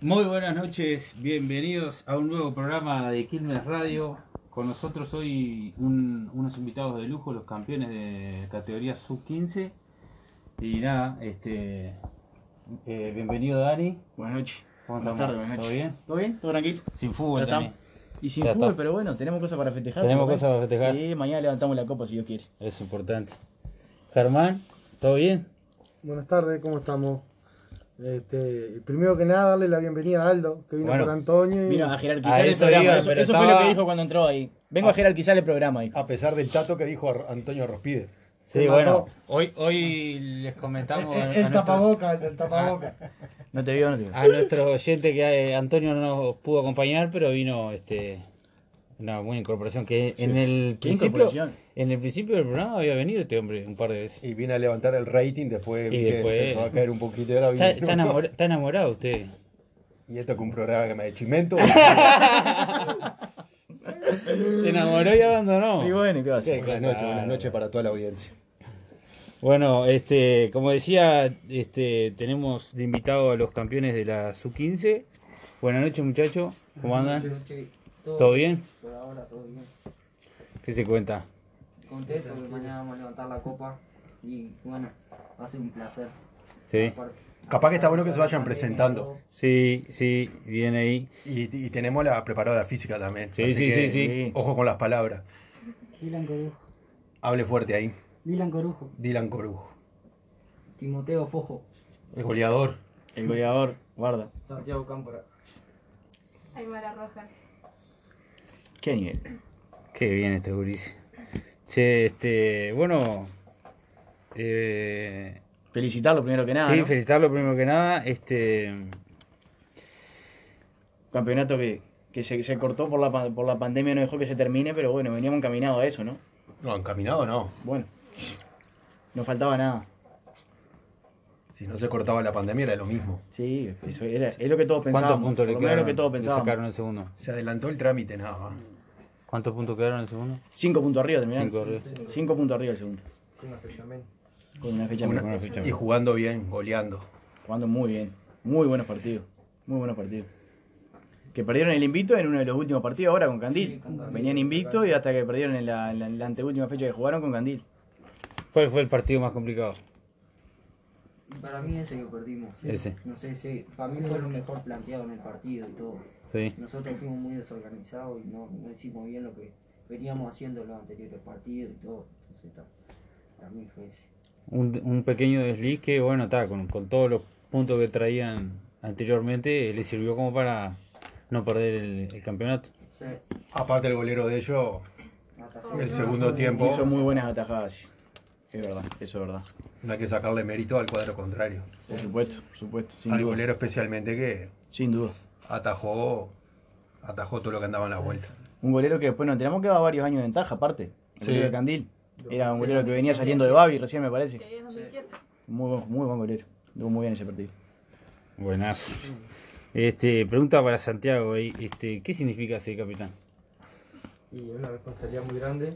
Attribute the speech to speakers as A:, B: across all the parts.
A: Muy buenas noches, bienvenidos a un nuevo programa de Quilmes Radio. Con nosotros hoy un- unos invitados de lujo, los campeones de categoría sub-15. Y nada, este, eh, bienvenido Dani.
B: Buenas noches.
A: ¿Cómo
B: Buenas
A: estamos?
B: tardes, buenas
A: ¿Todo
B: noches.
A: bien?
B: ¿Todo bien? ¿Todo tranquilo?
A: Sin fútbol
B: Ya
A: también.
B: Y sin
A: Ya está.
B: fútbol, pero bueno, tenemos cosas para festejar.
A: Tenemos
B: ¿no?
A: cosas para festejar.
B: Sí, mañana levantamos la copa si Dios quiere.
A: Es importante. Germán, ¿todo bien?
C: Buenas tardes, ¿cómo estamos? Este, primero que nada, darle la bienvenida a Aldo, que vino
A: Bueno,
C: por Antonio. y-
B: Eh, Vino a jerarquizar
A: A
B: el
A: eso
B: programa.
A: iba,
B: eso
A: pero
B: eso fue
A: estaba- Ah.
B: lo que dijo cuando entró ahí. Vengo a jerarquizar el programa, dijo.
D: A pesar del tato que dijo Ar- Antonio Rospide.
A: Sí,
C: Se mató.
E: Hoy, hoy les
B: Eh,
E: comentamos a,
C: El,
E: a
C: el
E: nuestro-
C: tapaboca, el tapaboca.
B: No te vio, no te vio.
A: a nuestros oyentes que eh, Antonio no nos pudo acompañar, pero vino este una buena incorporación que en el
B: ¿Qué
A: principio
B: incorporación?
A: en el principio del programa había venido este hombre un par de veces.
D: Y vine a levantar el rating, después
A: Y
D: vi que
A: después-
D: empezó a caer un poquito y ahora
A: Está,
D: vine-
A: está enamora- está enamorado usted.
D: Y esto que un programa de chimento.
A: Se enamoró y
B: Y
A: abandonó.
B: bueno, ¿qué va a hacer?
D: buenas noches, buenas noches para toda la audiencia.
A: Bueno, este, como decía, este, tenemos de invitado a los campeones de la sub-15. Buenas noches, muchachos. ¿Cómo andan? ¿Todo bien?
F: Por ahora todo bien.
A: ¿Qué se cuenta?
F: Contento que mañana vamos a levantar la copa y bueno, va a ser un placer.
A: Sí,
F: Aparte-
D: Capaz que está bueno que se vayan presentando.
A: sí, sí, bien ahí.
D: Y, y tenemos la preparadora física también.
A: Sí,
D: así
A: sí, sí,
D: que
A: sí.
D: Ojo con las palabras.
F: Dylan Corujo,
D: Hable fuerte ahí.
F: Dylan Corujo,
D: Dylan Corujo.
F: Timoteo Fojo,
D: El goleador.
B: El goleador, guarda.
F: Santiago Cámpora.
G: Aymara Rojas.
B: ¿Qué nivel?
A: Qué bien este gurises. Che, este, bueno, eh,
B: Felicitarlo primero que nada.
A: sí,
B: ¿no?
A: felicitarlo primero que nada. Este,
B: Campeonato que, que se, se cortó por la, pan- por la pandemia, no dejó que se termine, pero bueno, veníamos encaminados a eso, ¿no?
D: No, encaminado no.
B: Bueno, no faltaba nada.
D: Si no se cortaba la pandemia era lo mismo.
B: Sí, eso era, es lo que todos
A: ¿cuántos
B: pensábamos.
A: puntos
B: por
A: le
B: lo menos
A: quedaron?
B: lo que todos
A: le
B: pensábamos.
A: sacaron en el segundo.
D: Se adelantó el trámite nada más.
A: ¿Cuántos puntos quedaron en el segundo?
B: Cinco puntos arriba terminaron.
A: Cinco arriba.
B: Cinco puntos arriba el segundo. Con una fecha
D: Una-
B: menos.
A: Una fecha
D: y
A: menos.
D: jugando bien, goleando.
B: Jugando muy bien. Muy buenos partidos. Muy buenos partidos. Que perdieron el invicto en uno de los últimos partidos ahora con Candil. Venían invicto y hasta que perdieron en la, en la- en la anteúltima fecha que jugaron con Candil.
A: ¿Cuál fue el partido más complicado?
F: Para mí ese que perdimos.
A: Ese.
F: No sé, ese- para mí fue lo mejor planteado en el partido y todo.
A: Sí.
F: Nosotros fuimos muy desorganizados y no, no hicimos bien lo que veníamos haciendo en los anteriores partidos y todo. Entonces, está. para mí fue ese.
A: Un, un pequeño desliz que, bueno, está, con, con todos los puntos que traían anteriormente, eh, le sirvió como para no perder el, el campeonato.
F: Sí.
D: Aparte el golero de ellos,
F: Hasta
D: el segundo tiempo.
B: Hizo muy buenas atajadas. Es verdad, eso es verdad.
D: No hay que sacarle mérito al cuadro contrario.
B: Por supuesto, por supuesto. Sin
D: al
B: duda.
D: golero especialmente que
B: Sin duda.
D: atajó atajó todo lo que andaba en la vuelta.
B: Un golero que después nos enteramos que va varios años de ventaja, aparte. El
D: Sí.
B: golero de Candil. Era un golero que venía saliendo de Babi recién, me parece.
G: Que es 2007.
B: Muy buen, muy buen golero. Estuvo muy bien ese partido.
A: Buenazo. Este, pregunta para Santiago ahí, este, ¿qué significa ser capitán?
H: y es una responsabilidad muy grande.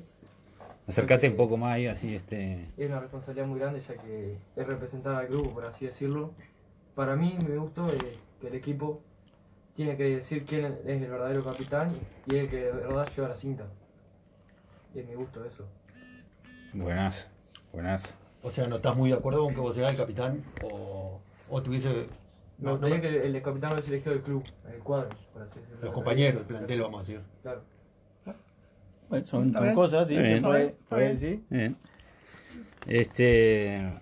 A: Acercate un poco más ahí, así, este...
H: Es una responsabilidad muy grande ya que es representar al grupo, por así decirlo. Para mí me gustó eh, que el equipo tiene que decir quién es el verdadero capitán y el que de verdad lleva la cinta. Y es mi gusto eso.
A: Buenazo, buenazo.
D: O sea, ¿no estás muy de acuerdo con que vos seas el capitán? ¿O, o tuviese
H: Me gustaría que el, el capitán hubiese elegido el club, el cuadro, por así decirlo.
D: los compañeros, el plantel, vamos a decir?
H: Claro.
B: Bueno, son,
D: Está
B: son
D: bien.
B: cosas, sí.
A: Está
B: se
A: bien.
B: puede-
C: Está
B: puede-
C: bien.
B: sí.
A: Bien. Este,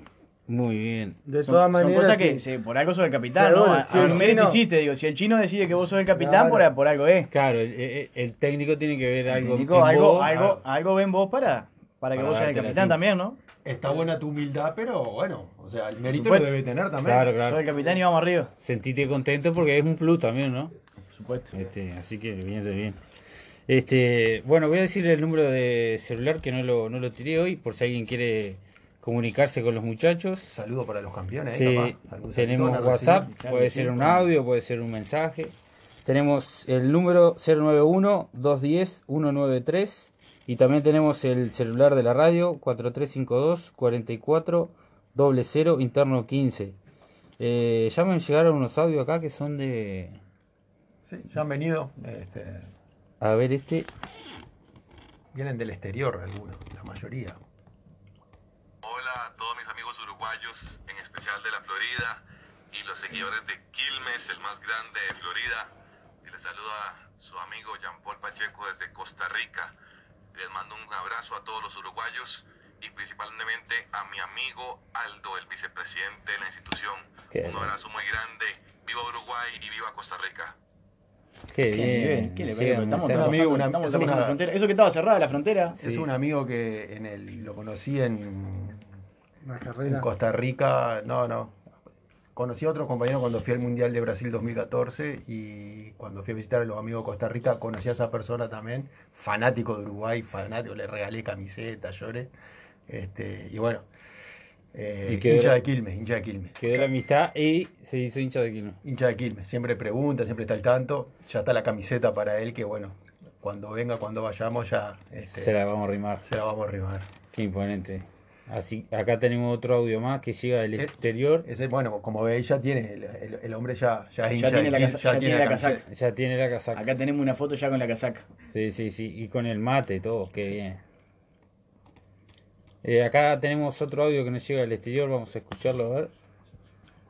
A: muy bien.
C: De
B: Son,
C: todas
B: son
C: maneras.
B: cosas
C: sí.
B: que se- por algo sos el capitán,
C: Seguro,
B: ¿no? A-
C: si
B: a
C: el
B: un mérito
C: chino-
B: hiciste, digo, si el chino decide que vos sos el capitán,
C: Claro.
B: por, por algo es.
A: Claro, eh, el, el- el técnico tiene que ver algo.
B: Nico,
A: en
B: algo,
A: vos. ah.
B: algo, algo ven vos para, para que
A: Para
B: vos seas
A: darte
B: el
A: la
B: capitán
A: cinta.
B: también, ¿no?
D: Está buena tu humildad, pero bueno, o sea, el mérito lo
B: supuesto.
D: debe tener también.
A: Claro,
B: Sos
A: claro.
B: el capitán y vamos arriba.
A: Sentite contento porque es un plus también, ¿no?
B: Por supuesto.
A: Este, así que bien, bien. Este, bueno, voy a decir el número de celular que no lo, no lo tiré hoy, por si alguien quiere comunicarse con los muchachos.
D: Saludo para los campeones,
A: Sí,
D: eh, capaz. Algún
A: tenemos
D: saludón a
A: WhatsApp,
D: recibir.
A: puede ser un audio, puede ser un mensaje. Tenemos el número 091-210-193 y también tenemos el celular de la radio 4352-4400 interno 15. Eh, ya me llegaron unos audios acá que son de...
D: Sí, ya han venido. este,
A: A ver este.
D: vienen del exterior algunos, la mayoría.
I: Hola a todos mis amigos uruguayos, en especial de la Florida y los seguidores de Quilmes, el más grande de Florida. Y les saluda su amigo Jean Paul Pacheco desde Costa Rica. Les mando un abrazo a todos los uruguayos y principalmente a mi amigo Aldo, el vicepresidente de la institución.
A: Qué
I: un
A: bien.
I: abrazo muy grande. Viva Uruguay y viva Costa Rica.
A: Qué
B: bien,
A: bien.
B: qué
A: eh, me
B: le
A: llegan
B: parece? Estamos
A: mensajes.
D: Un amigo, una-
B: estamos
D: es
B: cerrando
D: una-
B: la frontera. Eso que estaba cerrada la frontera.
D: Es
A: Sí.
D: un amigo que en el, lo conocí en,
C: Una
D: en
C: carrera.
D: Costa Rica. No, no. Conocí a otro compañero cuando fui al Mundial de Brasil 2014 y cuando fui a visitar a los amigos de Costa Rica conocí a esa persona también, fanático de Uruguay, fanático, le regalé camisetas, lloré. Este, y bueno, eh,
A: Y quedó-
D: hincha de Quilmes, hincha de Quilmes.
A: Quedó la amistad y se hizo hincha de Quilmes.
D: hincha de Quilmes, siempre pregunta, siempre está al tanto, ya está la camiseta para él que bueno, cuando venga, cuando vayamos ya este,
A: Se la vamos a rimar.
D: vamos a arrimar.
A: Qué imponente. Así, acá tenemos otro audio más que llega del
D: Eh,
A: exterior.
D: Ese, bueno, como veis ya tiene, el, el- el hombre ya, ya es
B: Ya
D: hincha
B: tiene
D: de
B: la
D: Quil-
B: casa- ya tiene la casaca.
A: Ya tiene la casaca.
B: Acá tenemos una foto ya con la casaca.
A: Sí, sí, sí. Y con el mate, todo. Qué bien. Eh, acá tenemos otro audio que nos llega del exterior. Vamos a escucharlo a ver.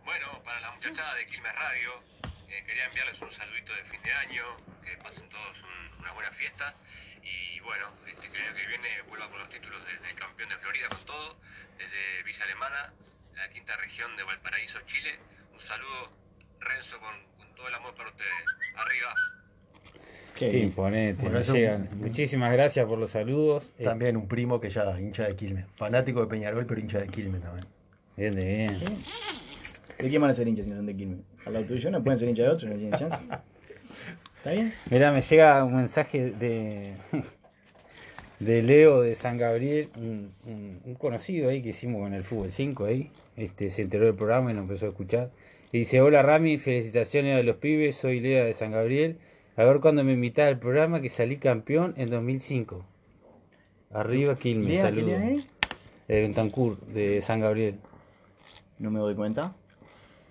I: Bueno, para la muchachada de Quilmes Radio, eh, quería enviarles un saludito de fin de año, que pasen todos un- una buena fiesta. Y bueno, este, que el año que viene vuelva con los títulos de, de campeón de Florida con todo, desde Villa Alemana, la quinta región de Valparaíso, Chile. Un saludo, Renzo, con, con todo el amor para ustedes. Arriba.
A: Qué, imponente.
D: Bueno,
A: nos
D: eso-
A: llegan. Muchísimas gracias por los saludos. Eh,
D: También un primo que ya hincha de Quilmes, fanático de Peñarol, pero hincha de Quilmes también.
A: bien, de bien.
B: ¿De quién van a ser hinchas si no son de Quilmes? Al lado tuyo no pueden ser hinchas de otro, no tienen chance. ¿Está bien?
A: Mirá, me llega un mensaje de, de Leo de San Gabriel, un, un- un conocido ahí que hicimos con el Fútbol 5 ahí. Este, se enteró del programa y lo empezó a escuchar. Y dice, hola Rami, felicitaciones a los pibes, soy Lea de San Gabriel. A ver cuando me invitás al programa que salí campeón en 2005. Arriba Quilmes,
B: Lea, ¿qué
A: saludos.
B: Lea es?
A: Eh, Bentancur, de San Gabriel.
B: No me doy cuenta.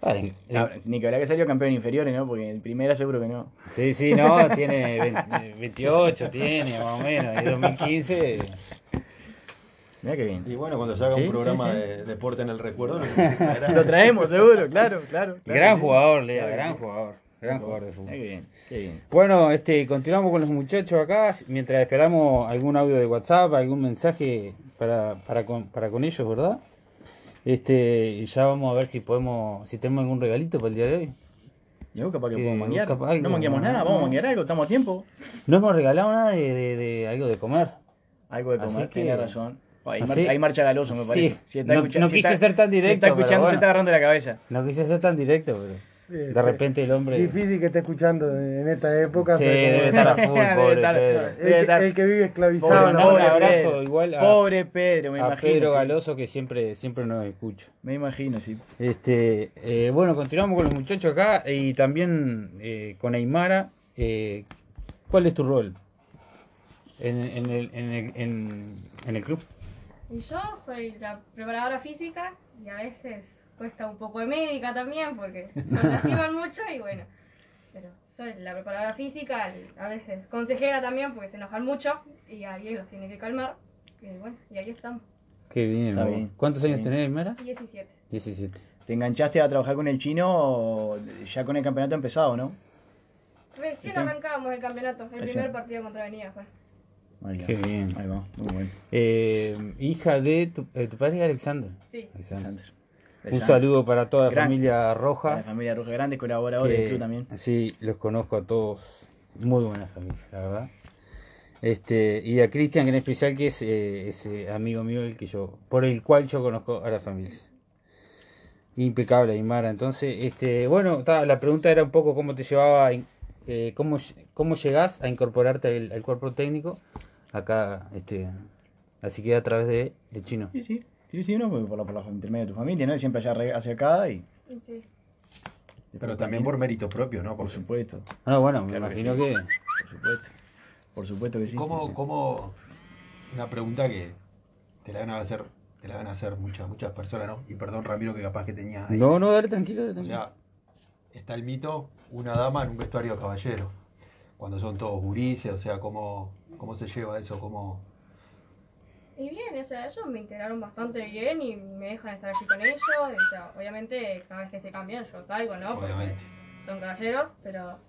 A: Ah, en-
B: Ah, Ni que hablar que salió campeón inferiores, ¿no? Porque en primera seguro que no.
A: Sí, sí, no, tiene 20 28, tiene más o menos. Y 2015...
B: Mira que bien.
D: Y bueno, cuando se haga
B: Sí, sí,
D: un programa
B: sí.
D: de deporte en el recuerdo, lo
B: Lo
D: necesitará.
B: traemos, seguro, claro, claro. claro
A: Gran
B: Sí.
A: jugador, Lea,
B: Claro que
A: gran
B: sí.
A: jugador. Gran jugador de
B: Mirá que
A: fútbol.
B: bien, qué bien.
A: Bueno, este, continuamos con los muchachos acá, mientras esperamos algún audio de WhatsApp, algún mensaje para, para, con, para con ellos, ¿verdad? Este, y ya vamos a ver si podemos, si tenemos algún regalito para el día de hoy.
B: Y vos capaz que
A: Eh,
B: podemos manguear.
A: capaz algo,
B: No mangueamos nada,
A: no.
B: vamos a manguear algo, estamos a tiempo.
A: No hemos regalado nada de, de- de algo de comer.
B: Algo de
A: Así
B: comer,
A: que-
B: tiene razón. Oh, Ahí,
A: Así-
B: mar- ahí marcha galoso, me
A: Sí.
B: parece.
A: No-
B: escucha-
A: no quise ser tan
B: Si
A: directo,
B: está
A: pero
B: escuchando, se
A: bueno.
B: está agarrando la cabeza.
A: No quise ser tan directo, pero de
C: Este,
A: repente el hombre...
C: Difícil que esté escuchando en esta época.
A: Sí,
C: sabe cómo
A: debe
C: es.
A: estar a full,
B: Debe
A: pobre
B: estar-
A: Pedro.
C: el,
B: estar-
C: que, el que vive esclavizado.
A: Pobre,
C: en la
A: no,
C: pobre-
A: un abrazo
B: Pedro.
A: igual a-
B: Pobre Pedro, me
A: A
B: imagino.
A: Pedro
B: sí.
A: Galoso que siempre, siempre nos escucha.
B: Me imagino, sí.
A: Este, eh, bueno, continuamos con los muchachos acá y también eh, con Aymara. Eh, ¿Cuál es tu rol en, en el, en, el, en- en el club?
G: Y yo soy la preparadora física y a veces cuesta un poco de médica también porque se lastiman mucho y bueno. Pero soy la preparadora física, y a veces consejera también porque se enojan mucho y alguien los tiene que calmar. Y bueno, y ahí estamos.
A: Qué bien,
B: Está
A: vos.
B: bien,
A: ¿Cuántos
B: está
A: años
B: bien.
A: tenés, Aymara?
G: 17.
A: 17.
B: Te enganchaste a trabajar con el chino ya con el campeonato empezado, ¿no?
G: Recién
B: Está.
G: arrancábamos el campeonato, el
B: Recién.
G: primer partido contra Avenida fue.
B: Ahí va.
A: Qué bien.
B: Ahí va, muy bueno.
A: Eh, hija de tu, eh, tu padre, Alexander.
G: Sí.
A: Alexander.
B: Alexander.
A: Un saludo para toda la
B: Gran-
A: familia
B: a la
A: Rojas.
B: familia Roja, grandes colaboradores
A: que-
B: del club también.
A: Sí, los conozco a todos. Muy buena familia, la verdad. Este, y a Cristian, que en especial, que es eh, ese amigo mío el que yo, por el cual yo conozco a la familia. Impecable, Aymara. Entonces, este, bueno, ta, la pregunta era un poco cómo te llevaba en- eh, cómo, ll- cómo llegás a incorporarte al, al cuerpo técnico acá, este, así que a través de el chino.
B: Sí, sí. Sí, sí, no, porque por, la- por la intermedio de tu familia, ¿no? Siempre allá re- acercada y.
G: Sí.
D: Pero también por méritos propios, ¿no?
B: Por
D: Por supuesto.
B: supuesto,
A: Ah, bueno, me
B: Claro que
A: imagino que,
B: por supuesto. Por supuesto que sí.
D: ¿Cómo, cómo- una pregunta que te la van a hacer, te la van a hacer muchas, muchas personas, ¿no? Y perdón, Ramiro, que capaz que tenía ahí.
A: No, no, dale tranquilo, dale
D: O
A: tranquilo.
D: sea, está el mito, una dama en un vestuario de caballero. Cuando son todos gurises, o sea, cómo, cómo se lleva eso, cómo.
G: Y bien, o sea, ellos me integraron bastante bien y me dejan estar allí con ellos. O sea, obviamente, cada vez que se cambian, yo salgo, ¿no? Porque
D: Obviamente.
G: son caballeros, pero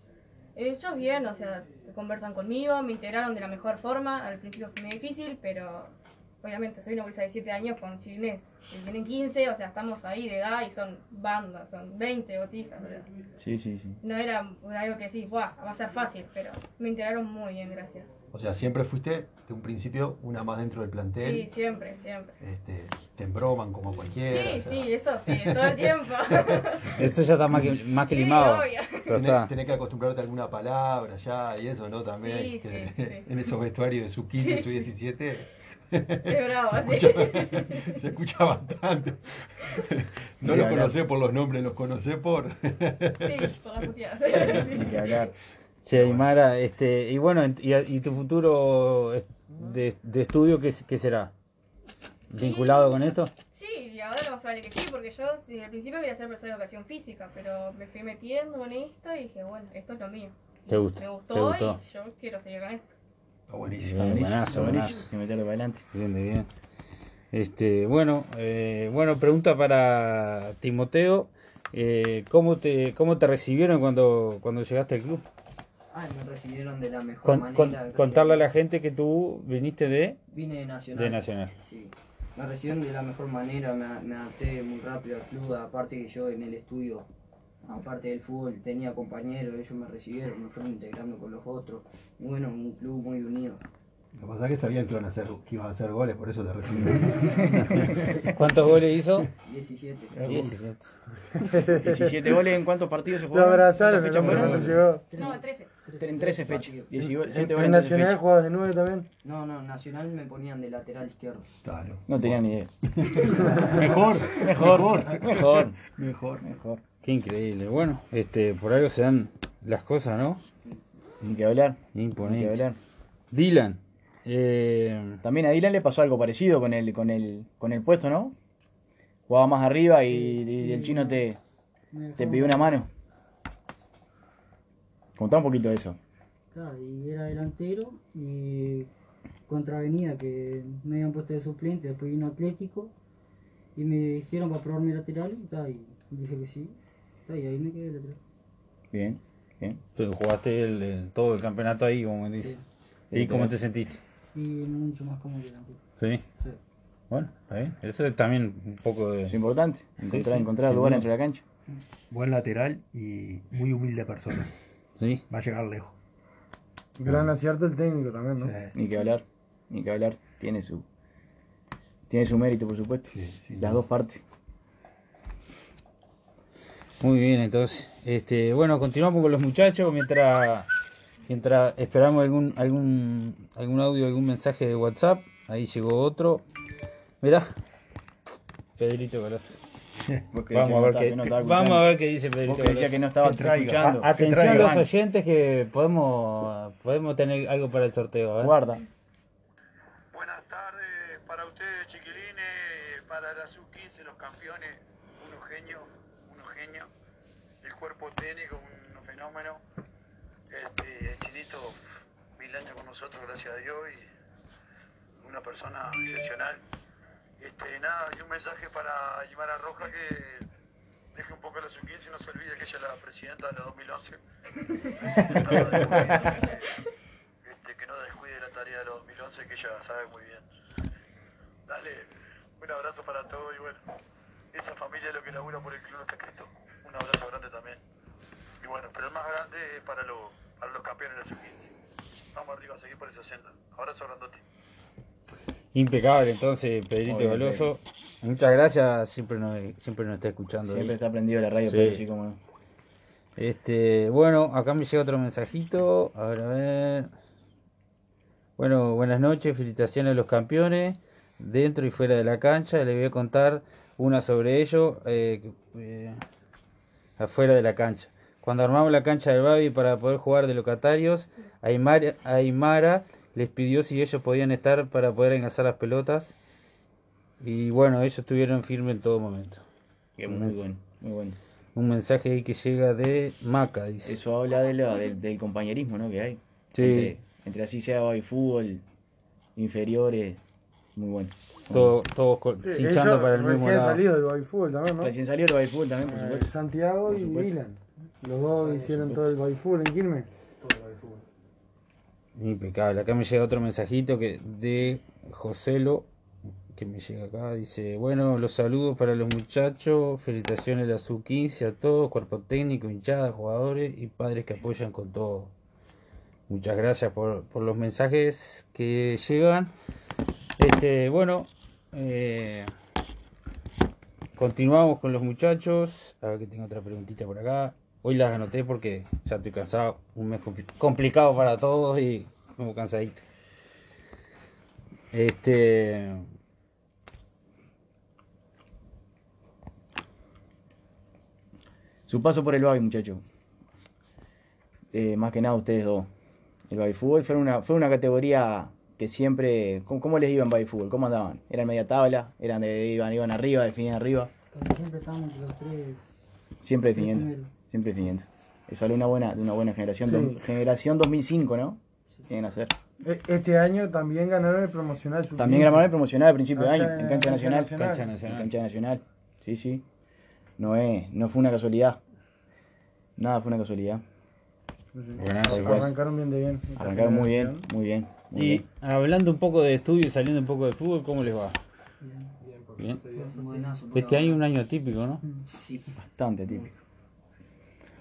G: ellos bien, o sea, conversan conmigo, me integraron de la mejor forma. Al principio fue muy difícil, pero obviamente soy una bolsa de 7 años con chilines que tienen 15, o sea, estamos ahí de edad y son bandas, son 20 botijas. o sea,
B: Sí, sí, sí.
G: no era algo que decís, "Buah, va a ser fácil, pero me integraron muy bien, gracias.
D: O sea, siempre fuiste, de un principio, una más dentro del
G: Sí,
D: plantel.
G: siempre, siempre.
D: Este, te embroman como cualquiera.
G: Sí,
D: o sea,
G: sí, eso sí, todo el tiempo.
A: Eso ya está más que, más que
G: Sí,
A: limado.
G: obvio.
A: Pero
D: Tenés,
A: está.
D: tenés que acostumbrarte a alguna palabra ya y eso, ¿no? También
G: Sí, sí,
D: que-
G: sí.
D: en esos vestuarios de sub 15, sub 17.
G: Es bravo,
D: Se
G: sí.
D: escucha, se escucha bastante. No
B: Ni
D: los
B: hablar.
D: conocés por los nombres, los conocés por.
G: Sí, por las puteadas. Sí.
B: Ni que hablar.
A: Che, Aymara, este, y bueno, ent- y, a- y tu futuro es- de, de estudio, ¿qué, es- qué será? ¿Vinculado con esto?
G: Sí, y ahora lo más probable que sí, porque yo desde el principio quería ser profesora de educación física, pero me fui metiendo en esto y dije, bueno, esto es lo mío.
A: Te gusta,
G: Me gustó,
A: te gustó.
G: y yo quiero seguir con esto.
D: Está
A: Bien.
B: Buenísimo,
D: buenísimo.
A: Eh, Ah, buenazo,
B: buenísimo.
A: buenazo.
B: Que meterlo para adelante.
A: Bien, de bien. Este, bueno, eh, bueno, pregunta para Timoteo. Eh, ¿cómo, te, ¿Cómo te recibieron cuando, cuando llegaste al club?
F: Ay, me Ah, recibieron de la mejor
A: Con-
F: manera.
A: con-
F: gracias
A: contarle a
F: Dios.
A: la gente que tú viniste de,
F: Vine de Nacional.
A: de Nacional.
F: Sí. Me recibieron de la mejor manera, me, a- me adapté muy rápido al club, aparte que yo en el estudio, aparte del fútbol, tenía compañeros, ellos me recibieron, me fueron integrando con los otros. Y bueno, un club muy unido.
D: Lo que pasa es que sabían que iban a hacer, que iban a hacer goles, por eso te recibieron.
A: ¿Cuántos goles hizo?
F: 17.
B: Eh,
A: 17.
B: 17 goles en cuántos partidos se
C: Lo
B: jugaron.
C: abrazaron
B: ¿Cuántas
C: el hombre
B: fechas
C: cuando
B: fueron?
C: llegó.
G: No, 13.
B: En 13 fechas.
F: Partidos.
B: 17
C: En
B: goles en 13
C: Nacional
B: fechas.
C: jugaba de nueve también.
F: No, no, Nacional me ponían de lateral izquierdo.
D: Claro.
B: No tenía ni idea.
D: Mejor, mejor,
B: Mejor,
D: mejor.
B: mejor.
A: Qué increíble. Bueno, este, por algo se dan las cosas, ¿no?
B: Ni que hablar. Ni que
A: Imponente.
B: hablar.
A: Dylan. eh,
B: También a Dylan le pasó algo parecido con el, con el, con el puesto, ¿no? Jugaba más arriba y, y el chino te, te pidió una mano. Contá un poquito de eso.
J: Claro, y era delantero y contravenía que me habían puesto de suplente, después vino Atlético y me hicieron para probarme lateral y, ta, y dije que sí, ta, y ahí me quedé de lateral.
B: Bien, bien.
A: tú jugaste el- el- todo el campeonato ahí, como me dice. ¿Y
B: Sí,
A: cómo
B: claro.
A: te sentiste?
J: Y mucho más como delantero.
A: Sí.
J: Sí.
A: Bueno, está bien. Eso es también un poco de.
B: Es importante. Encontrar,
A: sí,
B: encontrar
A: sin
B: lugar
A: duda.
B: entre la cancha.
D: Buen lateral y muy humilde persona.
A: Sí.
D: Va a llegar lejos.
C: Gran acierto el técnico también, ¿no?
D: Sí,
B: Ni que hablar. Ni que hablar. Tiene su, tiene su mérito, por supuesto.
D: sí, sí.
B: Las dos partes.
A: Muy bien, entonces. Este, bueno, continuamos con los muchachos mientras mientras esperamos algún algún algún audio, algún mensaje de WhatsApp. Ahí llegó otro. Mirá. Pedrito Goloso.
B: Porque
A: Vamos a ver
B: no
A: qué
B: está- no estaba
A: vamos a
B: escuchando.
A: ver qué dice Pedrito
B: Vos que decías
A: Goloso.
B: que no estaba
D: Que traiga.
B: escuchando.
D: Ah,
A: Atención
D: traigan.
A: los oyentes que podemos podemos tener algo para el sorteo, ¿eh?
B: Guarda.
I: Buenas tardes para ustedes, chiquilines, para la sub-15, los campeones, unos genios, unos genios, el cuerpo técnico, un fenómeno. Este, el chinito, mil años con nosotros, gracias a Dios, y una persona excepcional. Este, nada, y un mensaje para Aymara Roja que deje un poco la sub-15 y no se olvide que ella es la presidenta de la 2011. Este, que no descuide la tarea de los 2011 que ella sabe muy bien. Dale, un abrazo para todos y bueno, esa familia es lo que labura por el club está escrito. Un abrazo grande también. Y bueno, pero el más grande es para, los para los campeones de la sub-15. Vamos arriba a seguir por esa senda. Abrazo grandote.
A: Impecable, entonces, Pedrito
B: Muy bien,
A: Goloso. Muchas gracias, siempre nos, siempre nos está escuchando.
B: Siempre
A: ahí.
B: está prendido la radio,
A: Sí.
B: pero sí, como no.
A: Este, bueno, acá me llega otro mensajito. A ver, a ver. Bueno, buenas noches, felicitaciones a los campeones, dentro y fuera de la cancha. Les voy a contar una sobre ello, eh, eh, afuera de la cancha. Cuando armamos la cancha del Babi para poder jugar de locatarios, Aymara, Aymara les pidió si ellos podían estar para poder engasar las pelotas. Y bueno, ellos estuvieron firmes en todo momento.
B: Que muy bueno, muy bueno.
A: Un mensaje ahí que llega de Maca, dice.
B: Eso habla de la- del, del compañerismo ¿no? que hay.
A: Sí.
B: Entre, entre así sea hoy fútbol, inferiores, muy bueno.
A: Todo- todos co-
C: Eh,
A: hinchando
C: ellos
A: para el mismo
C: Recién
A: lado.
C: salido del Baifútbol también, ¿no?
B: Recién salió el Baifútbol también, por
C: Eh,
B: supuesto.
C: Santiago y
B: supuesto.
C: Dylan. Los dos hicieron todo el Baifútbol en Quilmes.
A: Impecable. Acá me llega otro mensajito que de Joselo, que me llega acá. Dice, bueno, los saludos para los muchachos, felicitaciones a la sub-15, a todos, cuerpo técnico, hinchadas, jugadores y padres que apoyan con todo. Muchas gracias por, por los mensajes que llegan. Este, bueno, eh, continuamos con los muchachos. A ver que tengo otra preguntita por acá. Hoy las anoté porque ya estoy cansado. Un mes compli- complicado para todos y como cansadito. Este.
B: Su paso por el Babi, muchachos. más que nada ustedes dos. El Babi Fútbol fue una, fue una categoría que siempre... ¿Cómo, cómo les iba en Babi Fútbol? ¿Cómo andaban? ¿Eran media tabla? ¿Eran de iban, iban arriba, definían arriba?
J: Casi siempre estábamos entre los tres.
B: Siempre
J: Los
B: definiendo.
J: primeros.
B: Siempre definiendo. Eso habla una buena, de una buena generación.
C: Sí.
B: dos- generación 2005, ¿no? Quieren hacer.
C: E- Este año también ganaron el promocional. sub-15.
B: También grabaron el promocional al principio de
C: Allá
B: año,
C: en
B: en Cancha
C: Cancha
B: Nacional.
C: Nacional. Cancha
A: Nacional.
B: En Cancha Nacional. Sí, sí. No, es, no fue una casualidad. Nada fue una casualidad.
A: Buenazo.
C: Arrancaron bien de bien.
B: Arrancaron muy bien, muy bien. muy
A: Y
B: bien.
A: hablando un poco de estudio y saliendo un poco de fútbol, ¿cómo les va? Bien.
F: Buenazo, por
A: Este
F: ahora.
A: año un año típico, ¿no?
F: Sí.
B: Bastante, típico.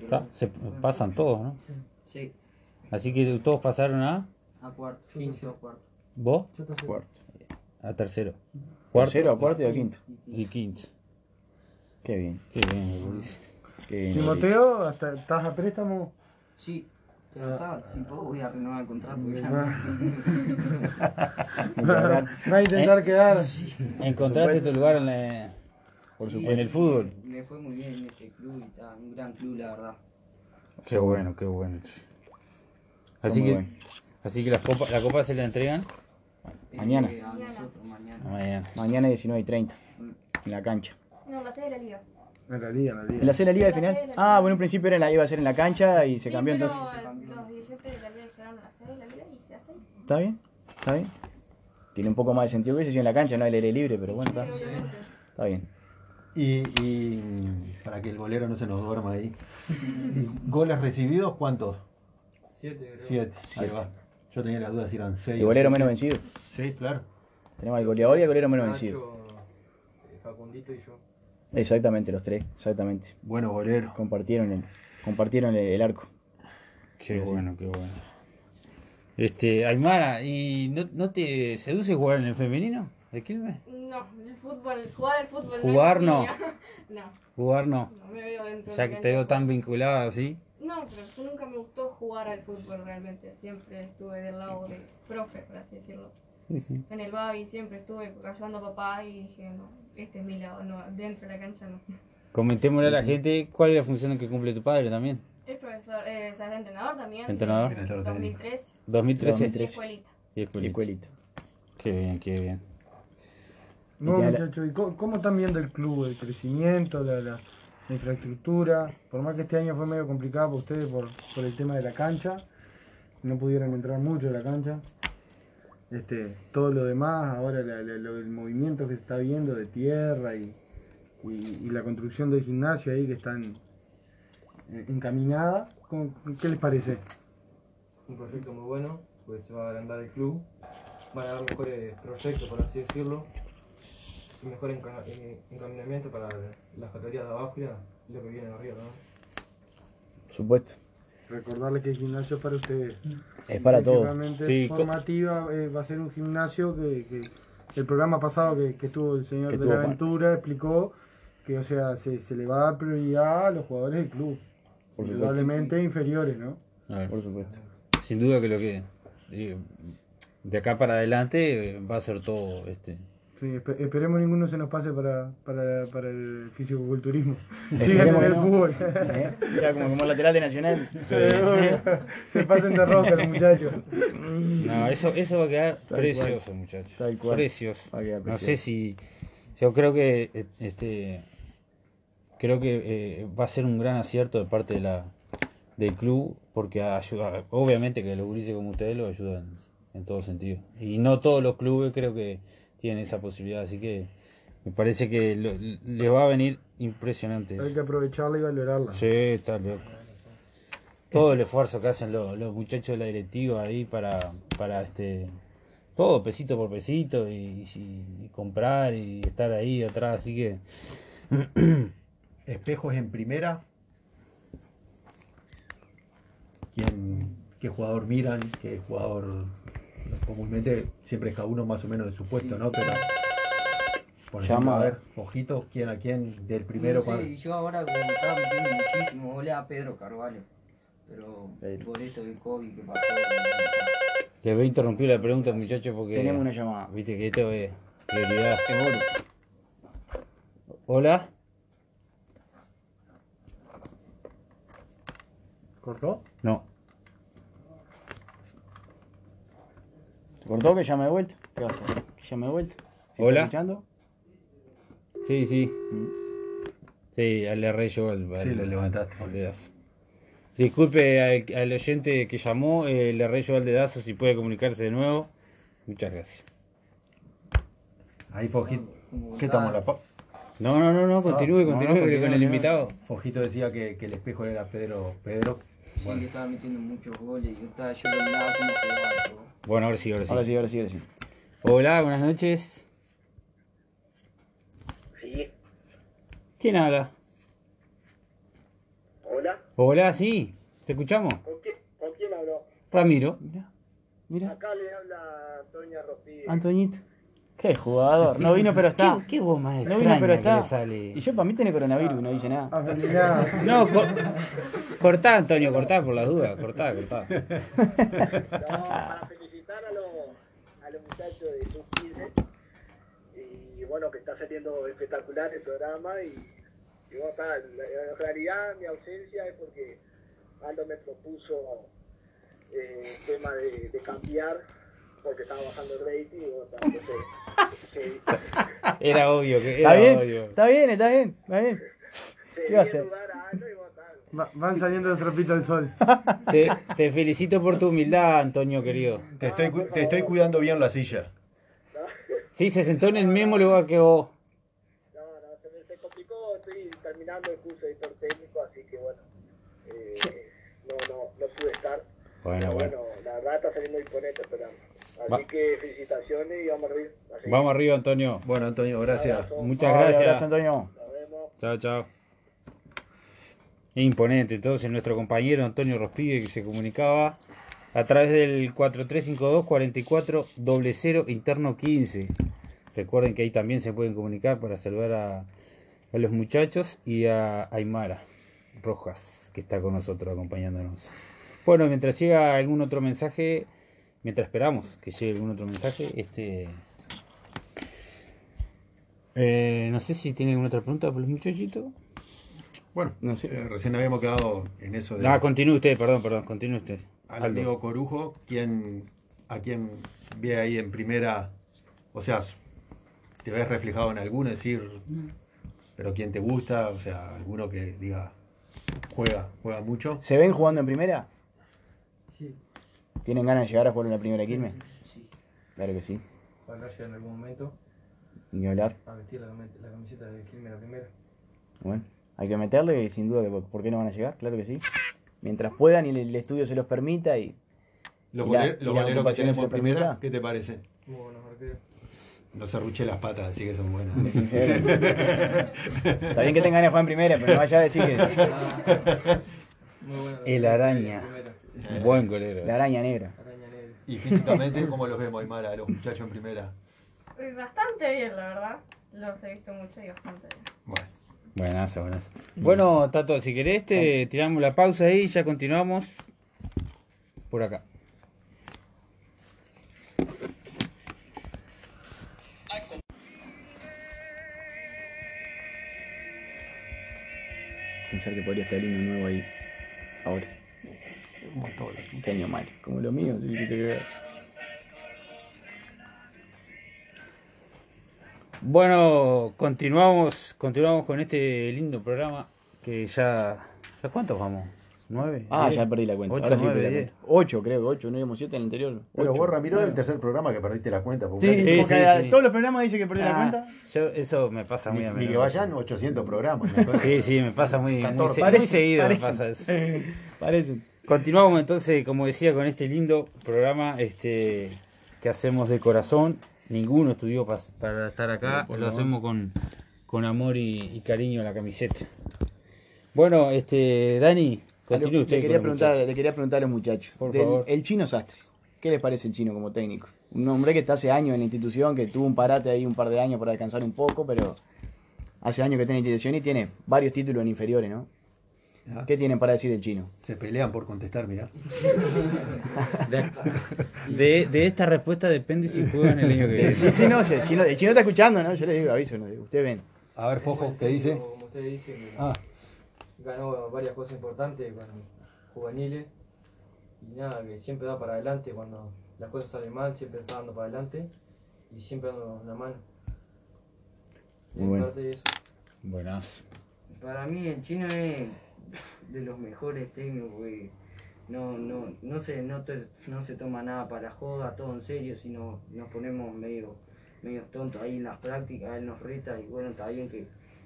A: Está- se pasan todos, ¿no?
F: Sí,
A: Así que todos pasaron a
F: a cuarto. Quince a cuarto.
A: vos,
J: Yo casi-
A: a tercero. Cuarto
B: Tercero, a cuarto y a quinto.
A: y quinto.
B: Qué bien,
A: Qué bien, Mauricio.
B: qué bien.
C: Timoteo, hasta, estás a préstamo.
F: Sí, pero está, si puedo voy a renovar el contrato. ya.
C: Ah.
B: Muchas gracias.
C: Va a intentar quedar.
A: ¿Eh? Encontraste tu lugar en, la-
B: Por
F: Sí,
A: en el fútbol.
F: Me fue muy bien en este club y está, un gran club, la verdad.
A: Qué bueno, qué bueno. Así
B: muy
A: que,
B: bueno.
A: así que las copas, la copa se la entregan
B: Mañana.
F: Eh, a nosotros mañana.
A: mañana.
B: Mañana 19 y 30. En la cancha.
G: No, la sede de la liga.
C: En la liga, en la
B: ¿En
C: liga.
B: la serie de la liga al
G: La serie
B: final?
G: de la liga.
B: Ah, bueno, en principio era en la, iba a ser en la cancha y se
G: Sí,
B: cambió
G: pero
B: entonces.
G: Los dirigentes de la liga dijeron la sede de la liga y se hace.
B: ¿Está bien? ¿Está bien? Tiene un poco más de sentido que eso, si en la cancha, no al aire libre, pero bueno, está,
G: Obviamente.
B: está bien.
D: Y, y para que el golero no se nos duerma ahí. ¿Goles recibidos cuántos?
H: Siete, creo.
D: Siete. Ahí va. Yo tenía la duda si eran seis.
B: El
D: o
B: golero
D: siete.
B: menos vencido.
D: Sí, claro.
B: Tenemos al goleador y al golero menos vencido.
H: Nacho, eh, Facundito y yo.
B: Exactamente, los tres, exactamente.
D: Bueno, golero.
B: Compartieron el, compartieron el, el arco.
A: Qué bueno, qué bueno. Este, Aymara, ¿y no, no te seduce jugar en el femenino? ¿De Quilmes?
G: No, el fútbol, jugar al fútbol.
A: Jugar
G: es
A: no.
G: mío. No,
A: Jugar no.
G: no me veo dentro.
A: Ya
G: de
A: que
G: la
A: te veo
G: cancha.
A: tan vinculada así.
G: No, pero yo nunca me gustó jugar al fútbol realmente. Siempre estuve del lado de profe, por así decirlo. En el Babi siempre estuve ayudando a papá y dije, no, este es mi lado, no, dentro de la cancha no.
A: Comentémosle a la gente cuál es la función que cumple tu padre también.
G: Es profesor, eh, o sea, es entrenador también.
A: Entrenador.
G: desde
D: Entrenador técnico.
G: 2003
A: 2013.
G: y escuelita.
A: Y escuelita.
B: Escuelita.
A: Qué bien, qué bien.
C: No,
B: Y te habla-
C: muchachos, ¿y cómo, cómo están viendo el club? El crecimiento, la, la- la infraestructura. Por más que este año fue medio complicado para ustedes por, por el tema de la cancha. No pudieron entrar mucho a la cancha. Este, todo lo demás, ahora la- la- lo- el movimiento que se está viendo de tierra y, y- y la construcción del gimnasio ahí que están eh, encaminada. ¿Cómo- ¿Qué les parece?
H: un proyecto muy bueno, pues se va a agrandar el club, van a haber mejores proyectos, por así decirlo, y mejor enca- eh, encaminamiento para las categorías de abajo y la- y lo que viene arriba, ¿no?
B: Supuesto.
C: Recordarles que el gimnasio es para ustedes.
B: Es para todos.
C: Principalmente
A: Sí, co-
C: formativa, eh, va a ser un gimnasio que, que- el programa pasado que, que estuvo el señor
B: Que
C: de
B: estuvo
C: la
B: Juan.
C: Aventura explicó que, o sea, se, se le va a dar prioridad a los jugadores del club.
B: Por supuesto.
C: Indudablemente inferiores, ¿no?
B: Por supuesto.
A: Sin duda que lo que. digo, de acá para adelante eh, va a ser todo este.
C: Sí, espe- esperemos ninguno se nos pase para, para, para el fisicoculturismo. Sigan
B: Esperemos
C: en
B: que
C: el
B: no.
C: fútbol.
B: ¿Eh? Mira, como, como lateral de Nacional.
C: Seguro. se pasen de roca los muchachos.
A: No, eso, eso va a quedar
B: Mm. Tal
A: precioso,
B: cual.
A: muchachos.
B: Tal cual.
A: Precioso.
B: Va a quedar
A: No
B: precioso.
A: sé si. Yo creo que. eh, Este, creo que eh, va a ser un gran acierto de parte de la, del club, porque ayuda. Obviamente que los gurises como ustedes lo ayudan en todo sentido. Y no todos los clubes creo que tienen esa posibilidad, así que. Me parece que lo- les va a venir impresionante.
C: Hay que aprovecharla y valorarla.
A: Sí, está loco. Todo el esfuerzo que hacen los, los muchachos de la directiva ahí para, para este todo pesito por pesito y, y- y comprar y estar ahí atrás, así que
D: Espejos en primera. ¿Quién, ¿Qué jugador miran? ¿Qué jugador comúnmente siempre es cada uno más o menos de su puesto, ¿no? Pero por ejemplo,
B: Llama.
D: a ver, ojitos, quién a quién del primero
F: No sé,
D: cuál-
F: y yo ahora como me estaba metiendo muchísimo, volé a Pedro Carvalho. Pero
B: Pedro.
F: por esto del COVID que pasó. no,
A: les voy a interrumpir la pregunta muchachos porque
B: Tenemos una llamada.
A: viste que esto es prioridad.
B: Es oro.
A: Hola,
C: ¿Cortó?
A: no,
B: ¿Se cortó que llame de vuelta? ¿Qué vas a hacer? Que llame de vuelta. ¿Sí
A: Hola.
B: está escuchando?
A: sí, sí,
B: Mm.
A: sí, le erré yo al,
D: Sí,
A: al-
D: lo levantaste.
A: al dedazo. Disculpe al, al oyente que llamó, eh, le erré yo al dedazo si puede comunicarse de nuevo. Muchas gracias.
D: Ahí Fojito.
F: como
D: ¿Qué
F: contaba,
D: estamos? La pa-
A: No, no, no, no, continúe,
B: no,
A: continúe
B: no, continúe,
A: con el
B: continúe.
A: invitado.
D: Fojito decía que, que el espejo era Pedro. Pedro.
F: Sí, que estaba metiendo muchos goles. Yo, estaba, yo lo miraba como jugaba. yo.
A: Bueno, ahora sí, ahora sí.
B: Ahora sí, ahora sí, ahora sí.
A: Hola, buenas noches.
K: Sí,
A: ¿Quién habla?
K: hola.
A: Hola, sí, te escuchamos.
K: ¿Con quién, ¿Con quién habló?
A: Ramiro.
B: Mira, mira.
K: Acá le habla Antonia Rodríguez.
B: Antoñito. Qué jugador. No vino, pero está.
A: ¿Qué, qué voz más
B: No
A: extraña
B: vino, pero
A: que le
B: está. Y
A: sale?
B: yo para mí tiene coronavirus, no dice nada.
C: Afinidad.
A: No, co- cortá, Antonio, cortá por las dudas, cortá, cortá.
K: No, para felicitar a los, a los muchachos de Sub 15. Y bueno, que está saliendo espectacular el programa. Y, y bueno, está, la- en realidad mi ausencia es porque Aldo me propuso eh, el tema de, de cambiar porque estaba bajando el rating. Y bueno, está, entonces, se-
A: Era obvio que
B: ¿Está
A: era
B: bien?
A: obvio.
B: ¿Está bien? ¿Está bien? ¿Está bien?
K: se
B: ¿Qué va a
K: di
B: hacer?
K: lugar a Aldo y bueno, está,
C: Va- van saliendo de tropita al sol.
A: Te, te felicito por tu humildad, Antonio, querido.
D: Te estoy, cu- te estoy cuidando bien la silla.
A: Sí, se sentó en el mismo lugar que vos.
K: No, no, se me se complicó, estoy terminando el curso de editor técnico, así que bueno, eh, no, no, no pude estar.
A: Bueno,
K: Pero
A: bueno.
K: la verdad está saliendo imponente el programa. Así
A: Va-
K: que felicitaciones y vamos arriba. a seguir.
A: Vamos arriba, Antonio.
D: Bueno, Antonio, gracias.
A: Muchas
B: Ay,
A: gracias.
B: abrazo, Antonio.
K: Nos vemos.
A: Chao, chao. Imponente, entonces nuestro compañero Antonio Rospigue que se comunicaba a través del 4352-4400 interno 15. Recuerden que ahí también se pueden comunicar para saludar a, a los muchachos y a Aymara Rojas que está con nosotros acompañándonos. Bueno, mientras llega algún otro mensaje, mientras esperamos que llegue algún otro mensaje, este... eh, no sé si tienen alguna otra pregunta por los muchachitos.
D: Bueno,
B: No sé.
D: eh, recién habíamos quedado en eso de.
A: Ah, continúe usted, perdón, perdón, continúe usted.
D: al
A: Aldo.
D: Diego Corujo, quien, a quien ve ahí en primera, o sea, te ves reflejado en alguno, es decir,
B: Mm.
D: pero quien te gusta, o sea, alguno que diga, juega, juega mucho.
B: ¿Se ven jugando en primera?
L: Sí,
B: ¿Tienen ganas de llegar a jugar en la primera de Quilmes?
L: sí.
B: Claro que sí.
H: Ojalá llegue en algún momento
B: Ni hablar.
H: a vestir la, camiseta- la camiseta de Quilmes la primera.
B: Bueno, hay que meterle y sin duda que por qué no van a llegar, claro que sí. Mientras puedan y el- el estudio se los permita y
D: Los
B: Y la-
D: goleros
B: y
D: los
B: la
D: goleros que
B: ocupación
D: tenemos
B: se
D: en primera,
B: permita.
D: ¿qué te parece?
H: Muy buenos arqueros.
D: No se ruche las patas, así que son buenas.
B: Está bien que tengan ganas de jugar en primera, pero no vaya a decir que
E: Ah.
H: Muy buena la-
E: eh,
A: El
H: la
A: araña.
H: primera.
A: Buen golero.
B: la araña negra.
H: Araña negra.
D: Y físicamente, ¿cómo los vemos, Aymara, a los muchachos en primera?
G: Bastante bien, la verdad. Los he visto mucho y bastante bien.
D: Bueno,
E: Buenas, buenas. Bueno, Tato, si querés, te tiramos la pausa ahí y ya continuamos por acá.
B: Pensar que podría estar lindo nuevo ahí. Ahora. Este año mal. Como lo mío, sí, que te creo.
E: Bueno, continuamos, continuamos con este lindo programa que ya. ¿Ya cuántos vamos? ¿Nueve?
B: Ah,
E: ¿Diez?
B: ya perdí la cuenta.
E: Ocho,
B: Ahora sí
E: nueve,
B: perdí la
E: diez.
B: cuenta. 8, creo, 8, no íbamos 7 en el anterior.
D: Pero
B: Ocho.
D: vos, Ramiro,
B: Bueno.
D: del tercer programa Ah, que perdiste la cuenta. porque
B: Sí,
D: casi-
E: Sí,
B: porque
E: sí,
B: a-
E: sí.
B: todos los programas dicen que perdí la
E: Ah,
B: cuenta.
E: yo- eso me pasa muy
D: ni,
E: a
D: ni
E: menudo.
D: que vayan 800 programas. una cosa.
E: Sí, sí, me pasa muy, muy, se-
D: 14.
E: muy
B: Parece-
E: seguido. me
B: parece.
E: pasa eso.
B: Parecen.
E: Continuamos entonces, como decía, con este lindo programa este, que hacemos de corazón. Ninguno estudió pas- para estar acá, lo hacemos con, con amor y, y cariño a la camiseta. Bueno, este, Dani, continúe
B: le,
E: usted.
B: quería
E: con los
B: preguntar,
E: muchachos.
B: le quería preguntar a los muchachos.
E: Por
B: Del-
E: favor.
B: El chino sastre. ¿Qué les parece el chino como técnico? Un hombre que está hace años en la institución, que tuvo un parate ahí un par de años para descansar un poco, pero hace años que está en la institución y tiene varios títulos en inferiores, ¿no?
D: Ah,
B: ¿Qué tienen para decir del chino?
D: Se pelean por contestar, mirá.
E: de, de esta respuesta depende si juegan el año que viene.
B: Sí, sí, no, el chino, el chino está escuchando, ¿no? Yo les digo, aviso, ¿no? ustedes ven.
D: A ver, Fojo, ¿qué dice?
H: Como ustedes dicen,
D: Ah,
H: ganó varias cosas importantes con juveniles y nada, que siempre da para adelante cuando las cosas salen mal, siempre está dando para adelante y siempre dando una mano.
B: Muy
H: En
B: bueno.
H: parte de eso.
E: Buenas.
F: Para mí el chino es de los mejores técnicos, porque no, no, no, se, no, te- no se toma nada para la joda, todo en serio, sino nos ponemos medio, medio tontos ahí en las prácticas, él nos reta y bueno, está bien que,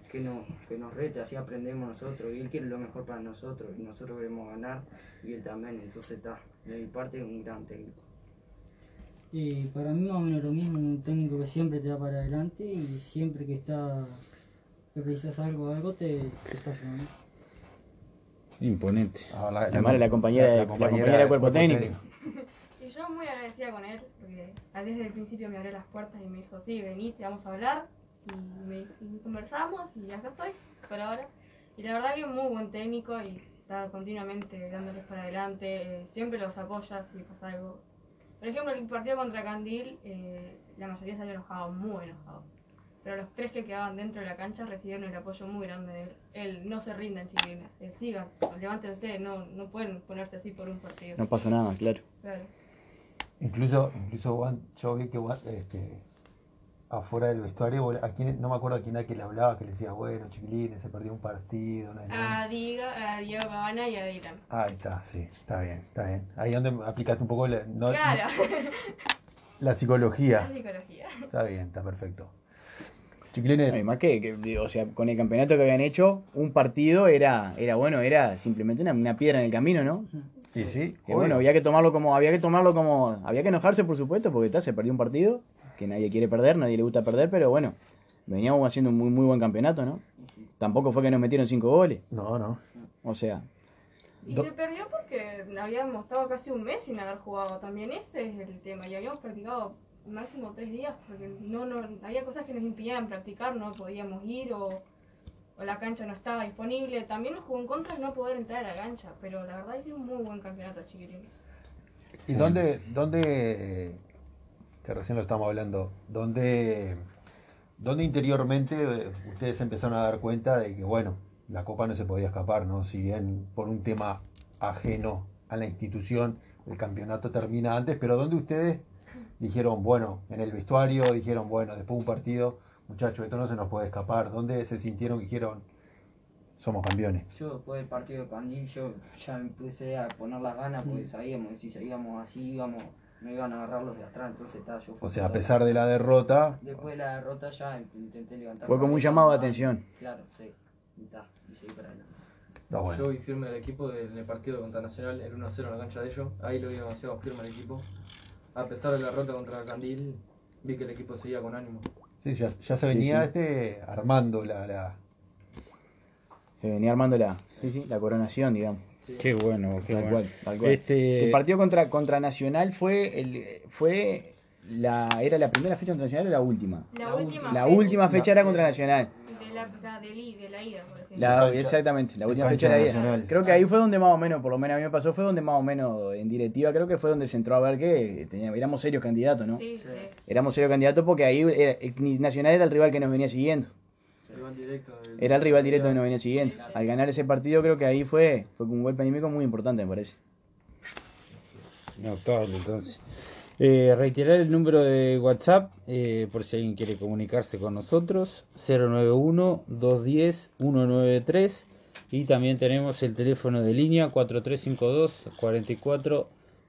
F: que, nos, que nos reta, así aprendemos nosotros y él quiere lo mejor para nosotros y nosotros queremos ganar y él también, entonces está, de mi parte un gran técnico.
J: Y para mí más o menos lo mismo, un técnico que siempre te da para adelante y siempre que está que precisas algo algo te, te está ayudando.
E: Imponente.
D: ah, la,
B: La mala, la compañera de- la compañera de cuerpo técnico.
G: Y yo muy agradecida con él, porque desde el principio me abrió las puertas y me dijo, sí, vení, te vamos a hablar. Y, me, y conversamos y acá estoy, por ahora. Y la verdad que es muy buen técnico y está continuamente dándoles para adelante, eh, siempre los apoya si pasa algo. Por ejemplo, el partido contra Candil, eh, la mayoría salió enojado, muy enojado. Pero los tres que quedaban dentro de la cancha recibieron el apoyo muy grande de él. Él, no se rindan, chiquilines, eh, sigan, levántense, no, no pueden ponerse así por un partido.
B: No pasó nada, claro.
G: Claro.
D: Incluso, incluso Juan, yo vi que Juan, este, afuera del vestuario, vos- a quién, no me acuerdo a quién era que le hablaba, que le decía, bueno, chiquilines, se perdió un partido. una
G: A, Diga, a Diego Cabana y a Dylan.
D: Ahí está, sí, está bien, está bien. Ahí donde aplicaste un poco la, no-
G: claro,
D: la
G: es
D: psicología.
G: psicología.
D: Está bien, está perfecto.
B: No, y
D: Chiquilines,
B: más que, que, o sea, con el campeonato que habían hecho, un partido era, era bueno, era simplemente una, una piedra en el camino, ¿no?
D: y sí,
B: Que bueno,
D: obvio.
B: había que tomarlo como, había que tomarlo como, había que enojarse por supuesto, porque está, se perdió un partido, que nadie quiere perder, nadie le gusta perder, pero bueno, veníamos haciendo un muy muy buen campeonato, ¿no? Tampoco fue que nos metieron cinco goles,
D: No, no.
B: o sea,
G: Y
D: Do-
G: se perdió porque habíamos estado casi un mes sin haber jugado. También ese es el tema. Y habíamos practicado máximo tres días porque no, no había cosas que nos impidían practicar, no podíamos ir o, o la cancha no estaba disponible. También nos jugó en contra el no poder entrar a la cancha, pero la verdad hicieron un muy buen campeonato, chiquilines.
D: ¿Y dónde, dónde, que recién lo estamos hablando, dónde, dónde interiormente eh, ustedes empezaron a dar cuenta de que, bueno, la copa no se podía escapar, ¿no? Si bien por un tema ajeno a la institución, el campeonato termina antes, pero dónde ustedes dijeron, bueno, en el vestuario, dijeron, bueno, después de un partido, muchachos, esto no se nos puede escapar, ¿dónde se sintieron que dijeron, somos campeones?
F: Yo después del partido de Candil yo ya empecé a poner las ganas
B: Mm.
F: porque sabíamos que si seguíamos así íbamos, no iban a agarrarlos de atrás, entonces está, yo
D: O sea, a pesar de la derrota,
F: Después de la derrota ya em- intenté levantar.
B: Fue como un
F: cabeza,
B: llamado de
F: más,
B: atención.
F: Claro, sí. Y ta, y seguí para adelante.
B: Ah,
D: no, bueno.
H: Yo vi firme al equipo de- en el partido contra Nacional, el 1-0 en la cancha de ellos. Ahí lo vi demasiado firme al equipo. A pesar de la derrota contra Candil, vi que el equipo seguía con ánimo.
D: Sí, ya, ya
B: Sí,
D: se venía
B: sí.
D: este armando la- la,
B: se venía armando la, sí, sí, la coronación, digamos,
E: Qué bueno, qué
B: tal
E: bueno.
B: cual, tal cual.
E: Este-
B: El partido contra, contra Nacional fue, el, fue la, era la primera fecha contra Nacional o la última.
G: La, última.
B: La
G: fecha
B: última fecha era contra Nacional.
G: De
K: la, la del i- de la ida, por ejemplo.
B: La- exactamente, la última fecha de la
D: Nacional.
B: vida. Creo que ahí fue donde más o menos, por lo menos a mí me pasó, fue donde más o menos en directiva, creo que fue donde se entró a ver que teníamos, éramos serios candidatos, ¿no?
K: Sí, sí.
B: Éramos serios candidatos porque ahí era- Nacional era el rival que nos venía siguiendo.
H: Rival directo del-
B: Era el rival directo que nos venía siguiendo. Al ganar ese partido creo que ahí fue, fue un golpe anímico muy importante, me parece.
A: Notable, entonces. Eh, reiterar el número de WhatsApp eh, por si alguien quiere comunicarse con nosotros: 091-210-193. Y también tenemos el teléfono de línea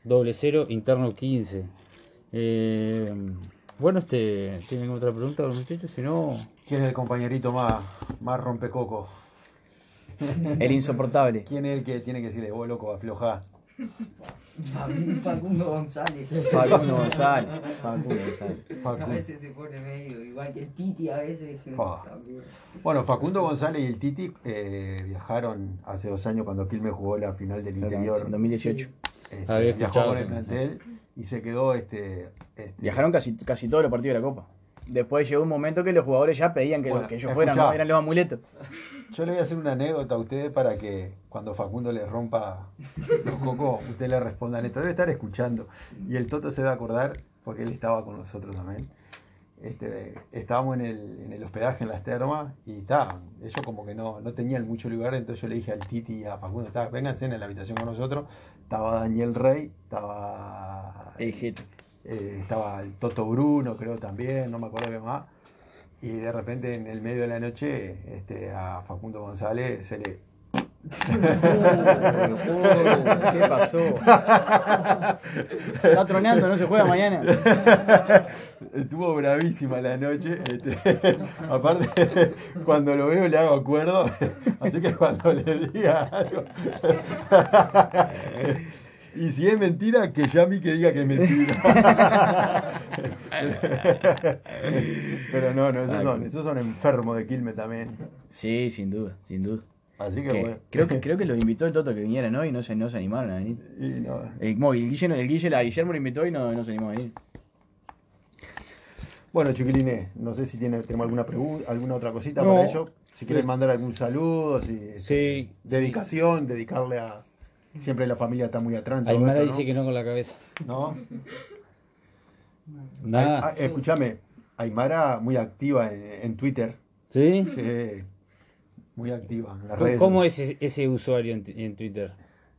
A: 4352-4400, interno 15. Eh, bueno, este, ¿tienen otra pregunta los muchachos? Si no.
D: ¿Quién es el compañerito más, más rompecoco?
B: El insoportable.
D: ¿Quién es el que tiene que decirle, vos loco, aflojá?
F: Facundo González.
B: Facundo González, Facundo González.
F: A
D: Facu.
F: veces se pone medio, igual que el Titi a veces. que
D: Fa.
F: también.
D: Bueno, Facundo González y el Titi eh, viajaron hace dos años cuando Quilmes jugó la final del interior.
B: En 2018.
D: Este,
A: Había
D: viajó
A: escuchado
D: con el
A: esa
D: plantel y se quedó este, este,
B: Viajaron casi, casi todos los partidos de la Copa. Después llegó un momento que los jugadores ya pedían que, lo-
D: Bueno,
B: que ellos fueran, ¿no?
D: escuchá.
B: eran los amuletos.
D: Yo le voy a hacer una anécdota a ustedes para que cuando Facundo le rompa los cocos, ustedes le respondan esto. Debe estar escuchando. Y el Toto se va a acordar, porque él estaba con nosotros también. Este, estábamos en el, en el hospedaje en las termas y estaban, ellos como que no, no tenían mucho lugar, entonces yo le dije al Titi y a Facundo, "Está, vénganse en la habitación con nosotros. Estaba Daniel Rey, estaba eh, estaba el Toto Bruno, creo también, no me acuerdo qué más. Y de repente en el medio de la noche este, a Facundo González se le...
B: ¿Qué pasó? Está tronando, no se juega mañana.
D: Estuvo bravísima la noche. este, aparte, cuando lo veo le hago acuerdo. Así que cuando le diga algo... Y si es mentira, que ya a mí que diga que es mentira. Pero no, no, esos son, esos son enfermos de Quilmes también.
B: Sí, sin duda, sin duda.
D: Así que
B: Que-
D: bueno.
B: creo, que, creo que los invitó el Toto que vinieran hoy y no se, no se animaron a venir.
D: Y no.
B: El, Mo- el Guille, no- el Guille- a Guillermo lo invitó y no, no se animó a venir.
D: Bueno, chiquilines, no sé si tiene, tenemos alguna pregunta, alguna otra cosita
A: No.
D: para ellos. Si quieren mandar algún saludo, si
A: Sí.
D: dedicación, dedicarle a. Siempre la familia está muy atrás. en todo
A: Aymara
D: esto,
A: dice que no con la cabeza.
D: ¿no? ¿No?
A: Nada.
D: Ah, escúchame, Aymara muy activa en, en Twitter.
A: ¿Sí?
D: Sí, muy activa en las
A: ¿Cómo,
D: redes.
A: cómo es ese, ese usuario en, en Twitter?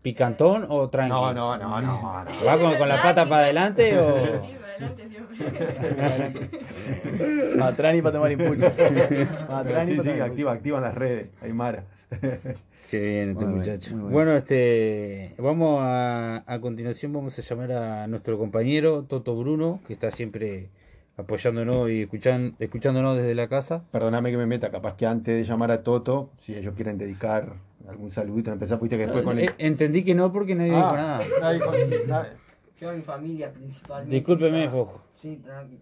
A: ¿Picantón o tranqui?
D: No, no, no, no. no.
A: ¿Va con, con la pata para adelante o.?
K: Sí, para adelante siempre.
B: Para atrás ni para tomar impulso. Para
D: Pero
B: atrás ni para tomar
D: sí, sí,
B: impulso.
D: activa, activa en las redes, Aymara.
A: Qué bien este muchacho. Bueno.
B: muy
A: este, vamos a, a continuación vamos a llamar a nuestro compañero Toto Bruno, que está siempre apoyándonos y escuchan- escuchándonos desde la casa.
D: Perdóname que me meta, capaz que antes de llamar a Toto, si ellos quieren dedicar algún saludito, empezar, viste que después con el.
A: Eh, Entendí que no porque nadie dijo nada.
D: Ah, nadie con- nadie-
F: Yo a mi familia principalmente.
A: Discúlpeme,
F: está-
A: Fojo.
F: Sí, tranqui.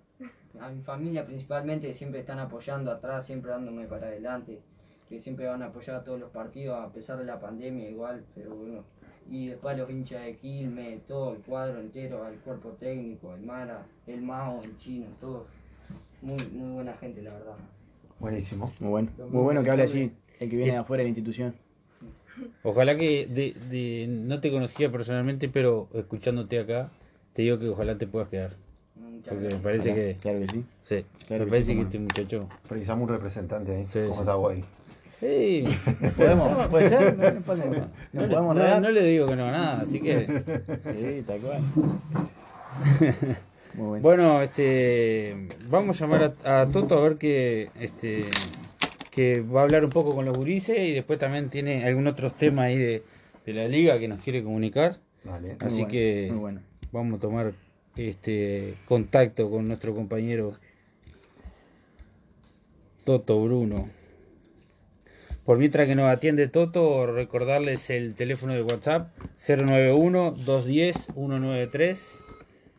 F: A mi familia principalmente siempre están apoyando atrás, siempre dándome para adelante. Que siempre van a apoyar a todos los partidos a pesar de la pandemia igual, pero bueno. Y después los hinchas de Quilmes, todo el cuadro entero, al cuerpo técnico, el Mara, el Mao, el Chino, todo. Muy, muy buena gente, la verdad.
D: Buenísimo.
B: Muy bueno, muy bueno que hable allí, el que viene de afuera de la institución.
A: Ojalá que de- de- no te conocía personalmente, pero escuchándote acá, te digo que ojalá te puedas quedar.
F: Muchas
A: Porque me
F: gracias.
A: parece que.
B: Claro que sí.
A: Sí,
B: Claro
A: me
B: que
A: parece
B: sí,
A: que
B: cómo
A: este muchacho.
D: Precisamos un representante
M: ¿eh?
D: ahí.
A: Sí,
D: ¿Cómo
A: sí.
D: está Guay?
A: Sí,
B: ¿Podemos? ¿Puede ser? No, no pasa nada.
A: no,
B: ¿Nos
A: le-
B: podemos
A: no-
B: enredar?
A: no le digo que no a nada, así que.
B: Sí, tal cual. Muy bueno.
A: Bueno, este, vamos a llamar a, a Toto a ver que, este, que va a hablar un poco con los gurises y después también tiene algún otro tema ahí de, de la liga que nos quiere comunicar.
D: Dale.
A: Así
B: bueno,
A: que
B: muy bueno.
A: vamos a tomar este contacto con nuestro compañero Toto Bruno. Por mientras que nos atiende Toto, recordarles el teléfono de WhatsApp 091-210-193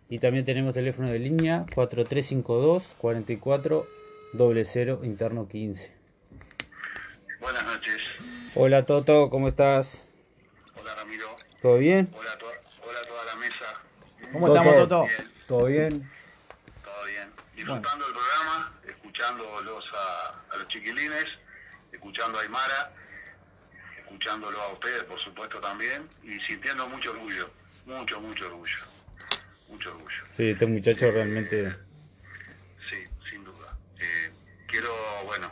A: y también tenemos teléfono de línea 4352-4400 interno 15.
N: Buenas noches.
A: Hola Toto, ¿cómo estás?
N: Hola Ramiro.
A: ¿Todo bien?
N: Hola a, to- hola a toda la mesa.
B: ¿Cómo estamos, Toto?
D: ¿Todo bien?
N: Todo bien. Disfrutando el programa, escuchándolos a, a los chiquilines escuchando a Aymara, escuchándolo a ustedes, por supuesto, también, y sintiendo mucho orgullo, mucho, mucho orgullo, mucho orgullo.
E: Sí, este muchacho realmente.
N: Sí, sin duda. Eh, quiero, bueno,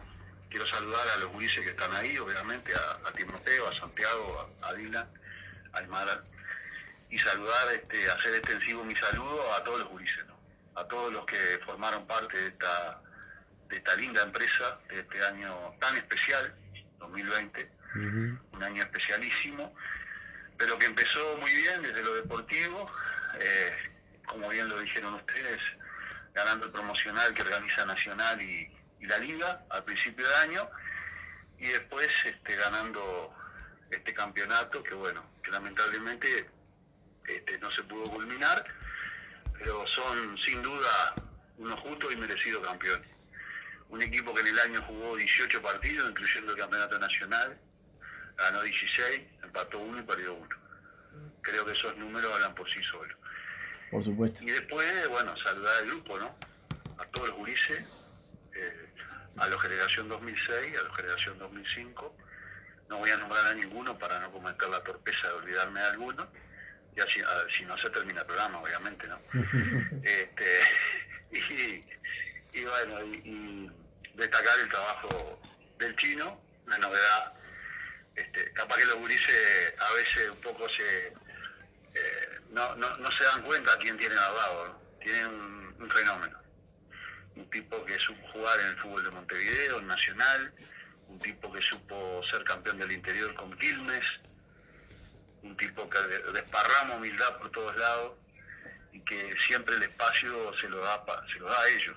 N: quiero saludar a los gurises que están ahí, obviamente, a, a Timoteo, a Santiago, a, a Dylan, a Aymara, y saludar, este, hacer extensivo mi saludo a todos los gurises, ¿no? a todos los que formaron parte de esta, de esta linda empresa, de este año tan especial, 2020, un año especialísimo, pero que empezó muy bien desde lo deportivo, eh, como bien lo dijeron ustedes, ganando el promocional que organiza Nacional y, y la Liga al principio de año, y después este, ganando este campeonato que bueno, que lamentablemente este, no se pudo culminar, pero son sin duda unos justos y merecidos campeones. Un equipo que en el año jugó 18 partidos, incluyendo el campeonato nacional, ganó 16, empató uno y perdió uno. Creo que esos números hablan por sí solos.
B: Por supuesto.
N: Y después, bueno, saludar al grupo, ¿no? A todos los gurises, eh, a la generación 2006, a la generación 2005. No voy a nombrar a ninguno para no cometer la torpeza de olvidarme de alguno. Ya si, a- si no se termina el programa, obviamente, ¿no? Este, y, y bueno, y, y destacar el trabajo del chino, la novedad. Este, capaz que los gurises a veces un poco se, no, no, no se dan cuenta quién tiene al lado, ¿no? tiene un, un fenómeno. Un tipo que supo jugar en el fútbol de Montevideo, en Nacional, un tipo que supo ser campeón del interior con Quilmes, un tipo que de- desparrama humildad por todos lados y que siempre el espacio se lo da, pa- se lo da a ellos.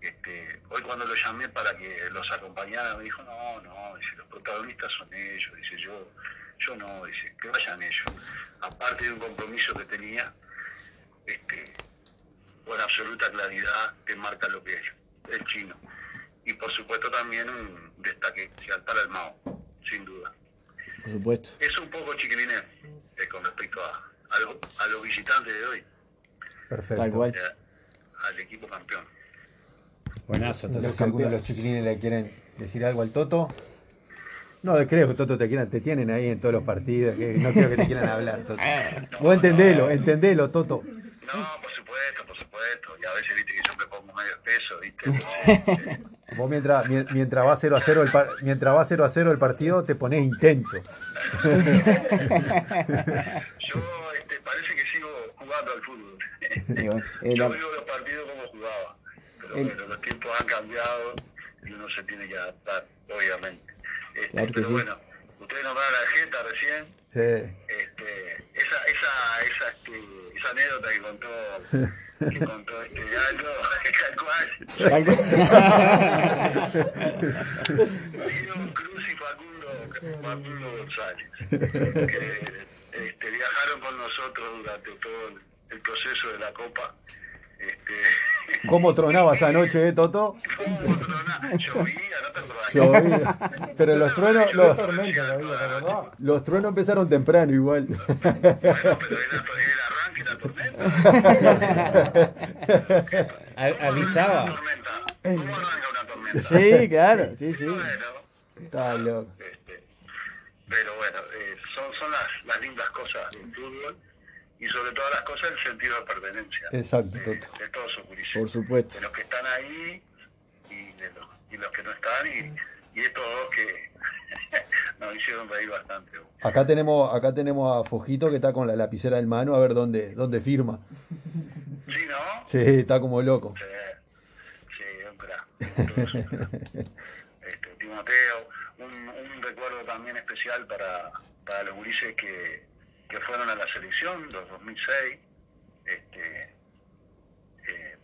N: Este, hoy cuando lo llamé para que los acompañara me dijo, no, no, dice, los protagonistas son ellos, dice yo, yo no, dice, que vayan ellos aparte de un compromiso que tenía, este, con absoluta claridad te marca lo que es el chino. Y por supuesto también un destaque, saltar al Mao, sin duda.
B: Por supuesto.
N: Es un poco chiquiliné eh, con respecto a, a, lo- a los visitantes de hoy,
M: Perfecto.
B: Tal cual.
N: al equipo campeón.
E: Buenazo,
M: no sé
E: los
M: si alguno de los
E: campeones.
M: chiquilines le quieren decir algo al Toto. No, creo que Toto te quieran, te tienen ahí en todos los partidos, que no creo que te quieran hablar,
A: Eh,
M: Toto. Vos entendelo, eh, entendelo, Toto.
N: No, por supuesto, por supuesto. Y a veces viste que yo me pongo medio espeso, viste.
M: Vos mientras, mien- mientras va 0 a 0 el par- mientras va 0 a 0 el partido te pones intenso.
N: yo este, parece que sigo jugando al fútbol.
B: Y bueno, el-
N: Yo vivo los partidos como jugaba, pero
B: El-
N: bueno, los tiempos han cambiado y uno se tiene que adaptar, obviamente. Este,
M: Claro que
N: pero
M: sí.
N: bueno, ustedes nombraron a la Jeta recién,
M: Sí.
N: este, esa, esa, esa, este, esa anécdota que contó, que contó este algo, tal cual.
B: Tal cual.
N: Vino Cruz y Facundo, Facundo González, que este, viajaron con nosotros durante todo el- el proceso de la Copa.
M: ¿Cómo tronabas anoche, eh, Toto? Llovía. eh. Pero los truenos, los, los truenos empezaron temprano igual.
E: avisaba.
B: Sí, claro, sí, sí.
M: Está loco.
N: Pero bueno, eh, son, son las, las lindas cosas del fútbol y sobre todas las cosas el sentido de pertenencia
M: Exacto,
N: de,
M: Toto.
N: de todos sus gurises.
B: Por supuesto.
N: De los que están ahí y de los, y los que no están y, y estos dos que nos hicieron reír bastante.
M: Acá tenemos, acá tenemos a Fojito que está con la lapicera en mano a ver dónde, dónde firma.
N: Sí, ¿no?
M: Sí, está como loco.
N: Sí, sí, un crack. Este, Timoteo, un, un recuerdo también especial para, para los gurises que, que fueron a la selección, los 2006. Este, eh,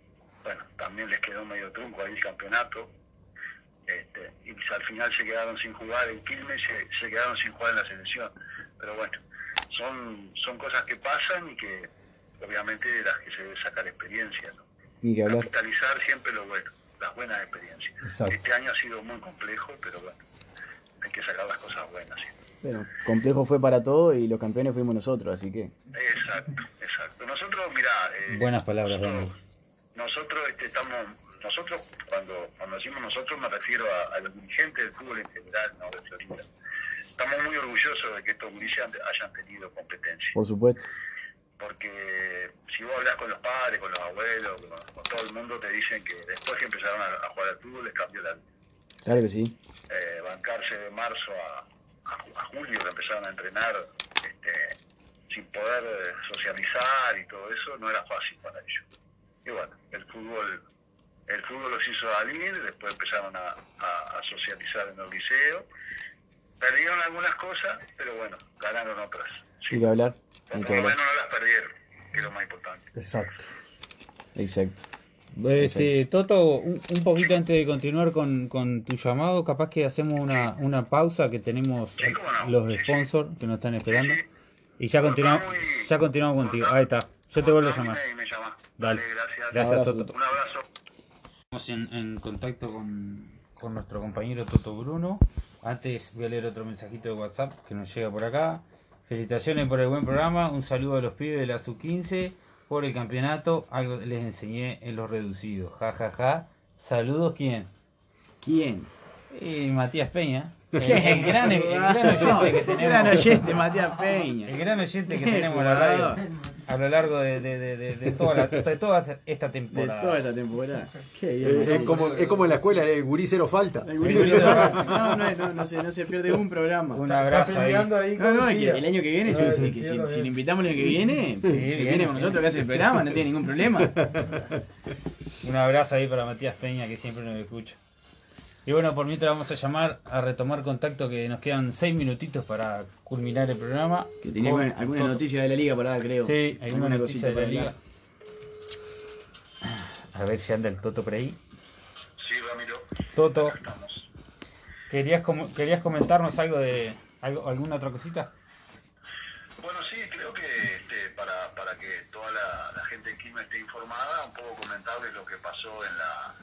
N: bueno, también les quedó medio trunco ahí el campeonato. Este, y pues al final se quedaron sin jugar en Quilmes, se, se quedaron sin jugar en la selección. Pero bueno, son, son cosas que pasan y que obviamente de las que se debe sacar experiencia. ¿no?
B: Ni que hablar.
N: capitalizar siempre lo bueno, las buenas experiencias.
B: Exacto.
N: Este año ha sido muy complejo, pero bueno, hay que sacar las cosas buenas. ¿sí?
B: Pero complejo fue para todo y los campeones fuimos nosotros, así que.
N: Exacto, exacto. Nosotros, mirá, eh,
E: Buenas palabras, Ronald.
N: nosotros este, estamos nosotros, cuando, cuando decimos nosotros, me refiero a, a los dirigentes del fútbol en general, no de Florida. Estamos muy orgullosos de que estos gurises han- hayan tenido competencia.
B: Por supuesto.
N: Porque si vos hablas con los padres, con los abuelos, con, con todo el mundo, te dicen que después que empezaron a, a jugar al fútbol les cambió la vida.
B: Claro que sí.
N: Eh, bancarse de marzo a, a ju- a julio, que empezaron a entrenar este, sin poder eh, socializar y todo eso, no era fácil para ellos. Y bueno, el fútbol el fútbol los hizo salir, después empezaron a, a- a socializar en el liceo. Perdieron algunas cosas, pero bueno, ganaron otras.
B: Hay que hablar.
N: O
B: Hay
N: por
B: que
N: lo
B: hablar.
N: menos no las perdieron, que es lo más importante.
D: Exacto.
B: Exacto.
A: Este, Toto, un, un poquito antes de continuar con, con tu llamado, capaz que hacemos una, una pausa que tenemos los sponsors que nos están esperando. Y ya continuamos, ya continuamos contigo. Ahí está. Yo te vuelvo a llamar. Dale. Gracias, Toto. Estamos en, en contacto con, con nuestro compañero Toto Bruno. Antes voy a leer otro mensajito de WhatsApp que nos llega por acá. Felicitaciones por el buen programa. Un saludo a los pibes de la sub-15 por el campeonato. Algo les enseñé en los reducidos. Ja, ja, ja. Saludos, ¿quién?
B: ¿Quién?
A: Y Matías Peña. El, el gran, el gran oyente que tenemos.
B: El gran oyente, Matías Peña.
A: El gran oyente que tenemos en la radio a lo largo de, de- de- de- de toda, la- de toda esta
B: De
A: temporada.
B: toda esta temporada. Qué bien.
D: Eh, es, como, es como en la escuela, el gurí cero falta.
B: El gurí se lo da. No, no, no, no se, no se pierde un programa.
A: Un
C: abrazo Está peleando ahí. ahí
B: no, no,
C: con
B: es que
C: Lucía.
B: el año que viene, yo
C: Ay,
B: sé que
C: cielo,
B: si,
C: bien.
B: si le invitamos el año que viene,
A: Sí,
B: se
A: bien.
B: viene con nosotros que hace el programa, no tiene ningún problema.
A: Un abrazo ahí para Matías Peña que siempre nos escucha. Y bueno, por mientras vamos a llamar a retomar contacto que nos quedan seis minutitos para culminar el programa.
B: Que tenía
A: Con-
B: alguna, alguna
A: con-
B: noticia de la liga para dar, creo.
A: Sí, alguna noticia de la
B: para
A: liga.
B: dar.
A: A ver si anda el Toto por ahí. Sí, Ramiro. Toto, ¿querías, com- querías comentarnos algo de algo, alguna otra cosita?
N: Bueno, sí, creo que este, para, para que toda la, la gente de Quilmes esté informada, un poco comentarles lo que pasó en la,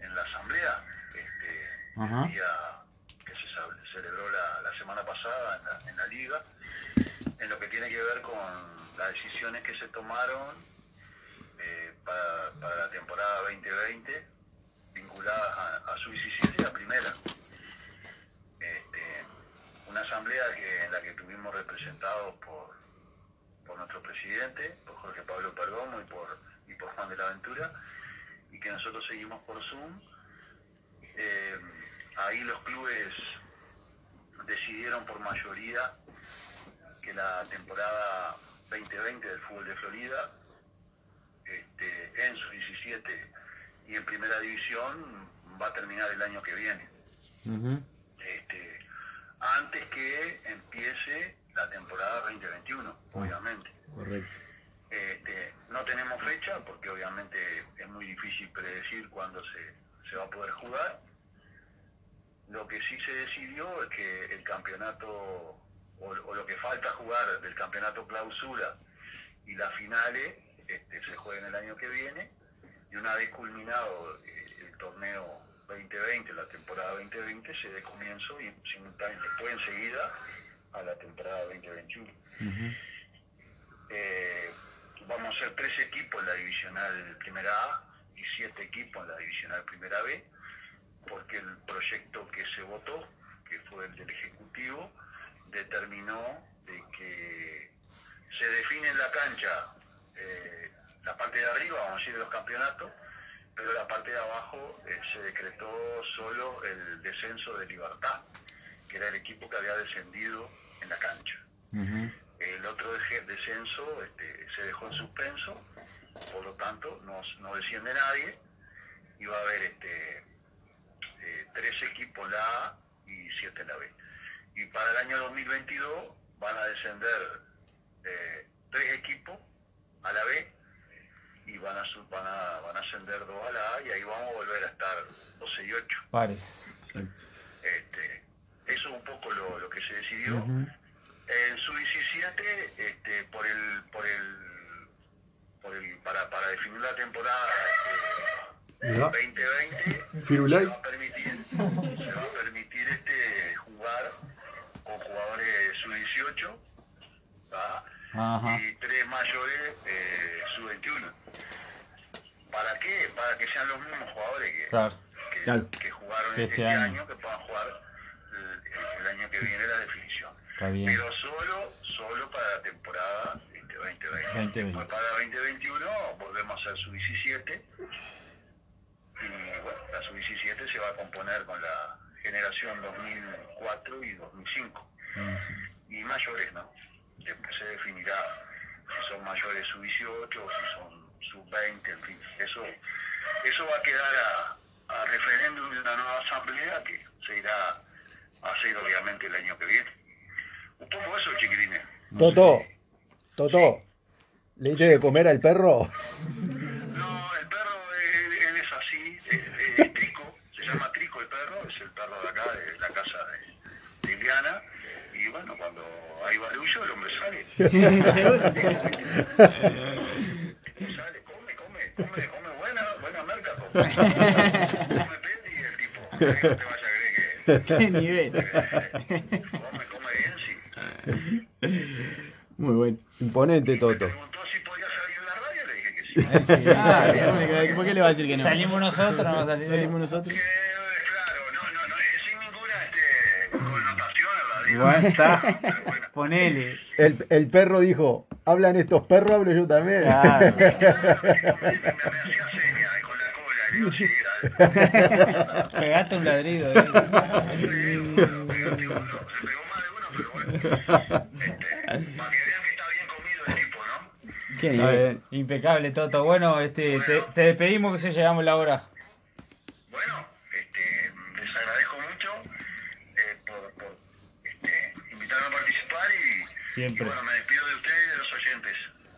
N: en la asamblea, este,
A: Ajá.
N: el día que se sab- celebró la, la semana pasada en la, en la liga, en lo que tiene que ver con las decisiones que se tomaron eh, para, para la temporada 2020 vinculadas a, a su exigencia primera. Este, una asamblea que, en la que tuvimos representados por, por nuestro presidente, por Jorge Pablo Perdomo y por, y por Juan de la Ventura, y que nosotros seguimos por Zoom. Eh, ahí los clubes decidieron por mayoría que la temporada 2020 del fútbol de Florida, este, en sus 17 y en primera división, va a terminar el año que viene este, antes que empiece la temporada 2021, obviamente.
B: Correcto.
N: Este, no tenemos fecha porque obviamente es muy difícil predecir cuándo se, se va a poder jugar. Lo que sí se decidió es que el campeonato, o, o lo que falta jugar del campeonato clausura y las finales, este, se jueguen el año que viene. Y una vez culminado eh, el torneo 2020, la temporada 2020, se dé comienzo y simultáneo, después enseguida a la temporada 2021. Eh, vamos a ser tres equipos en la divisional primera A y siete equipos en la divisional primera B, porque el proyecto que se votó, que fue el del Ejecutivo, determinó de que se define en la cancha eh, la parte de arriba, vamos a decir, de los campeonatos, pero la parte de abajo eh, se decretó solo el descenso de Libertad, que era el equipo que había descendido en la cancha. El otro deje- descenso este, se dejó en suspenso, por lo tanto no, no desciende nadie y va a haber este, eh, tres equipos en la A y siete en la B. Y para el año 2022 van a descender eh, tres equipos a la B y van a, su- van, a, van a ascender dos a la A y ahí vamos a volver a estar 12 y 8.
A: Pares.
N: Este, eso es un poco lo, lo que se decidió. En su 17, este, por el, por el, por el, para, para definir la temporada este,
D: Mirá.
N: 2020,
D: Firulai.
N: se va a permitir, se va a permitir este, jugar con jugadores su 18
A: Ajá.
N: y tres mayores eh, su 21. Para qué? Para que sean los mismos jugadores que,
A: Claro.
N: que,
A: Claro.
N: que jugaron
A: Que
N: este,
A: este
N: año.
A: año.
N: que puedan jugar el, el- el año que viene la definición.
A: Está bien.
N: Pero solo, solo para la temporada este, 2020.
A: 2020.
N: Después para 2021 volvemos a ser sub-17. Y bueno, la sub-17 se va a componer con la generación 2004 y 2005. Y mayores, ¿no? Después se definirá si son mayores sub-18 o si son sub-20, en fin. Eso, eso va a quedar a, a referéndum de una nueva asamblea que se irá a hacer obviamente el año que viene. Un poco eso, chiquilines.
M: Toto, Toto, ¿le diste de comer al perro?
N: Se llama Trico el perro, es el perro de acá, de la casa de, de Indiana. Y bueno, cuando hay barullo, el hombre sale. sale, come, come, come, come buena, buena marca. Come, come peli el tipo. No te vayas a creer que.
B: Qué nivel.
N: come, come bien, sí.
M: Muy bueno. Imponente, Toto.
B: Ah, bien, ¿Por qué le va a decir que no?
M: Salimos nosotros, no va a salir.
B: Salimos nosotros.
A: Bueno, está. Ponele.
M: El, el perro dijo, hablan estos perros, hablo yo también.
A: Claro.
E: Pegaste un ladrido. eh.
A: Qué
M: Está
A: nivel. Impecable, Toto. Bueno, este, te, te despedimos que ya llegamos la hora.
N: Les agradezco mucho eh, por, por este, invitarme a participar y,
A: Siempre.
N: y bueno, me despido de ustedes y de los oyentes.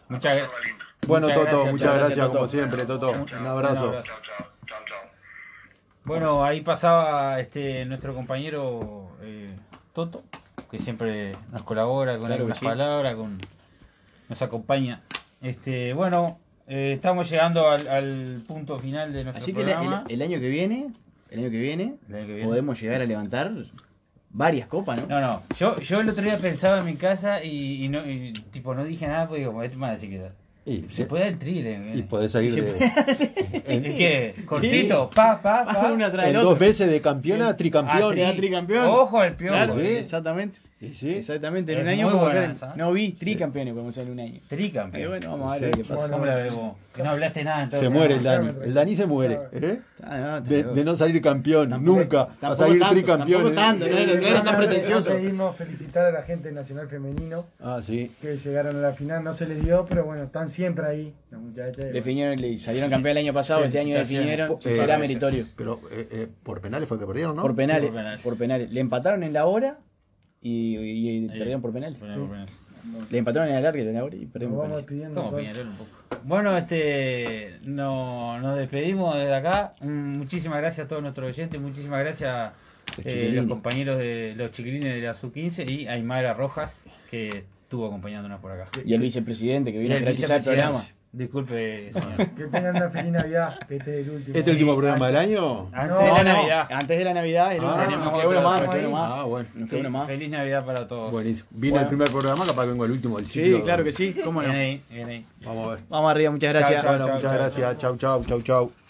A: Muchas gracias.
M: Bueno,
A: Muchas
M: Toto,
A: gracias,
M: muchas
A: Toto.
M: gracias, como siempre, Toto. Un abrazo.
A: Bueno, ahí pasaba este nuestro compañero eh, Toto, que siempre nos colabora con
E: Claro que
A: algunas
E: sí.
A: palabras, con nos acompaña. Este, bueno, eh, estamos llegando al, al punto final de nuestro
B: Así que el,
A: programa.
B: el- el año que viene, el año que viene,
A: viene.
B: podemos llegar a levantar varias copas, ¿no?
A: No, no. Yo, yo el otro día pensaba en mi casa y, y no, y, tipo no dije nada porque digo, esto me va a decir que
M: Y
A: se puede dar el thriller.
M: Y podés salir
A: Se
M: de-
A: ¿Y qué? Cortito,
M: Cortito,
A: pa, pa, pa.
M: En dos veces de campeona a
B: Campeón,
M: tricampeona.
B: Ah, tricampeón.
A: Ojo al piojo.
B: Claro,
A: Sí.
B: Exactamente. Exactamente. En
A: Es
B: un año
A: muy
B: podemos
A: buena
B: ser.
A: esa.
B: No vi, tricampeones podemos ser en un año.
A: Tricampeón.
B: Eh, bueno, vamos a ver qué pasa.
A: ¿Cómo la vemos? Que no hablaste nada en todo
M: Se
A: el
M: muere el
A: programa.
M: Dani. El Dani se muere. ¿eh? De, de no salir campeón, nunca. a
B: tampoco
M: salir
B: tanto,
M: tricampeón. ¿eh?
B: tampoco tanto, ¿eh? no era- no era tan pretencioso.
C: Conseguimos felicitar a la gente de Nacional Femenino
M: Ah, sí.
C: que llegaron a la final, no se les dio, pero bueno, están siempre ahí. Las muchachas.
B: Definieron y salieron campeón el año pasado, este año definieron.
M: Eh,
B: será meritorio.
M: Pero eh, eh, por penales fue que perdieron, ¿no?
B: Por penales, por penales. Le empataron en la hora y, y- y perdieron por penales. Sí. Le empataron en la larga y en la hora y perdieron por penales.
A: Como Peñarol un poco. Bueno, este, no, nos despedimos desde acá. Mm, Muchísimas gracias a todos nuestros oyentes, muchísimas gracias a
E: Los
A: los
E: chiquilines.
A: compañeros de los chiquilines de la SU-15 y a Imara Rojas, que estuvo acompañándonos por acá.
B: Y el vicepresidente que
A: Y
B: vino a
A: el
B: realizar el programa.
A: vicepresidente. Disculpe, señor.
C: Que tengan una feliz Navidad, que este es el último.
M: ¿Este es el último programa del año?
B: Ah,
A: Antes
C: No,
A: de la
C: no.
A: Navidad.
B: Antes de la Navidad, el
M: Ah,
B: último.
M: tenemos
B: Nos queda uno
M: otro
B: más,
M: programa
B: nos queda uno
M: ahí.
B: más.
M: Ah, bueno.
B: Nos queda uno más.
A: Feliz Navidad para todos.
M: Buenísimo. Vino
B: Bueno.
M: el primer programa, capaz que vengo el último del
B: Sí,
M: ciclo.
B: claro que sí, cómo no.
A: Viene ahí, viene ahí.
M: Vamos a ver.
B: Vamos arriba, muchas gracias.
M: Bueno, muchas gracias. Chau, chau, chau, chau.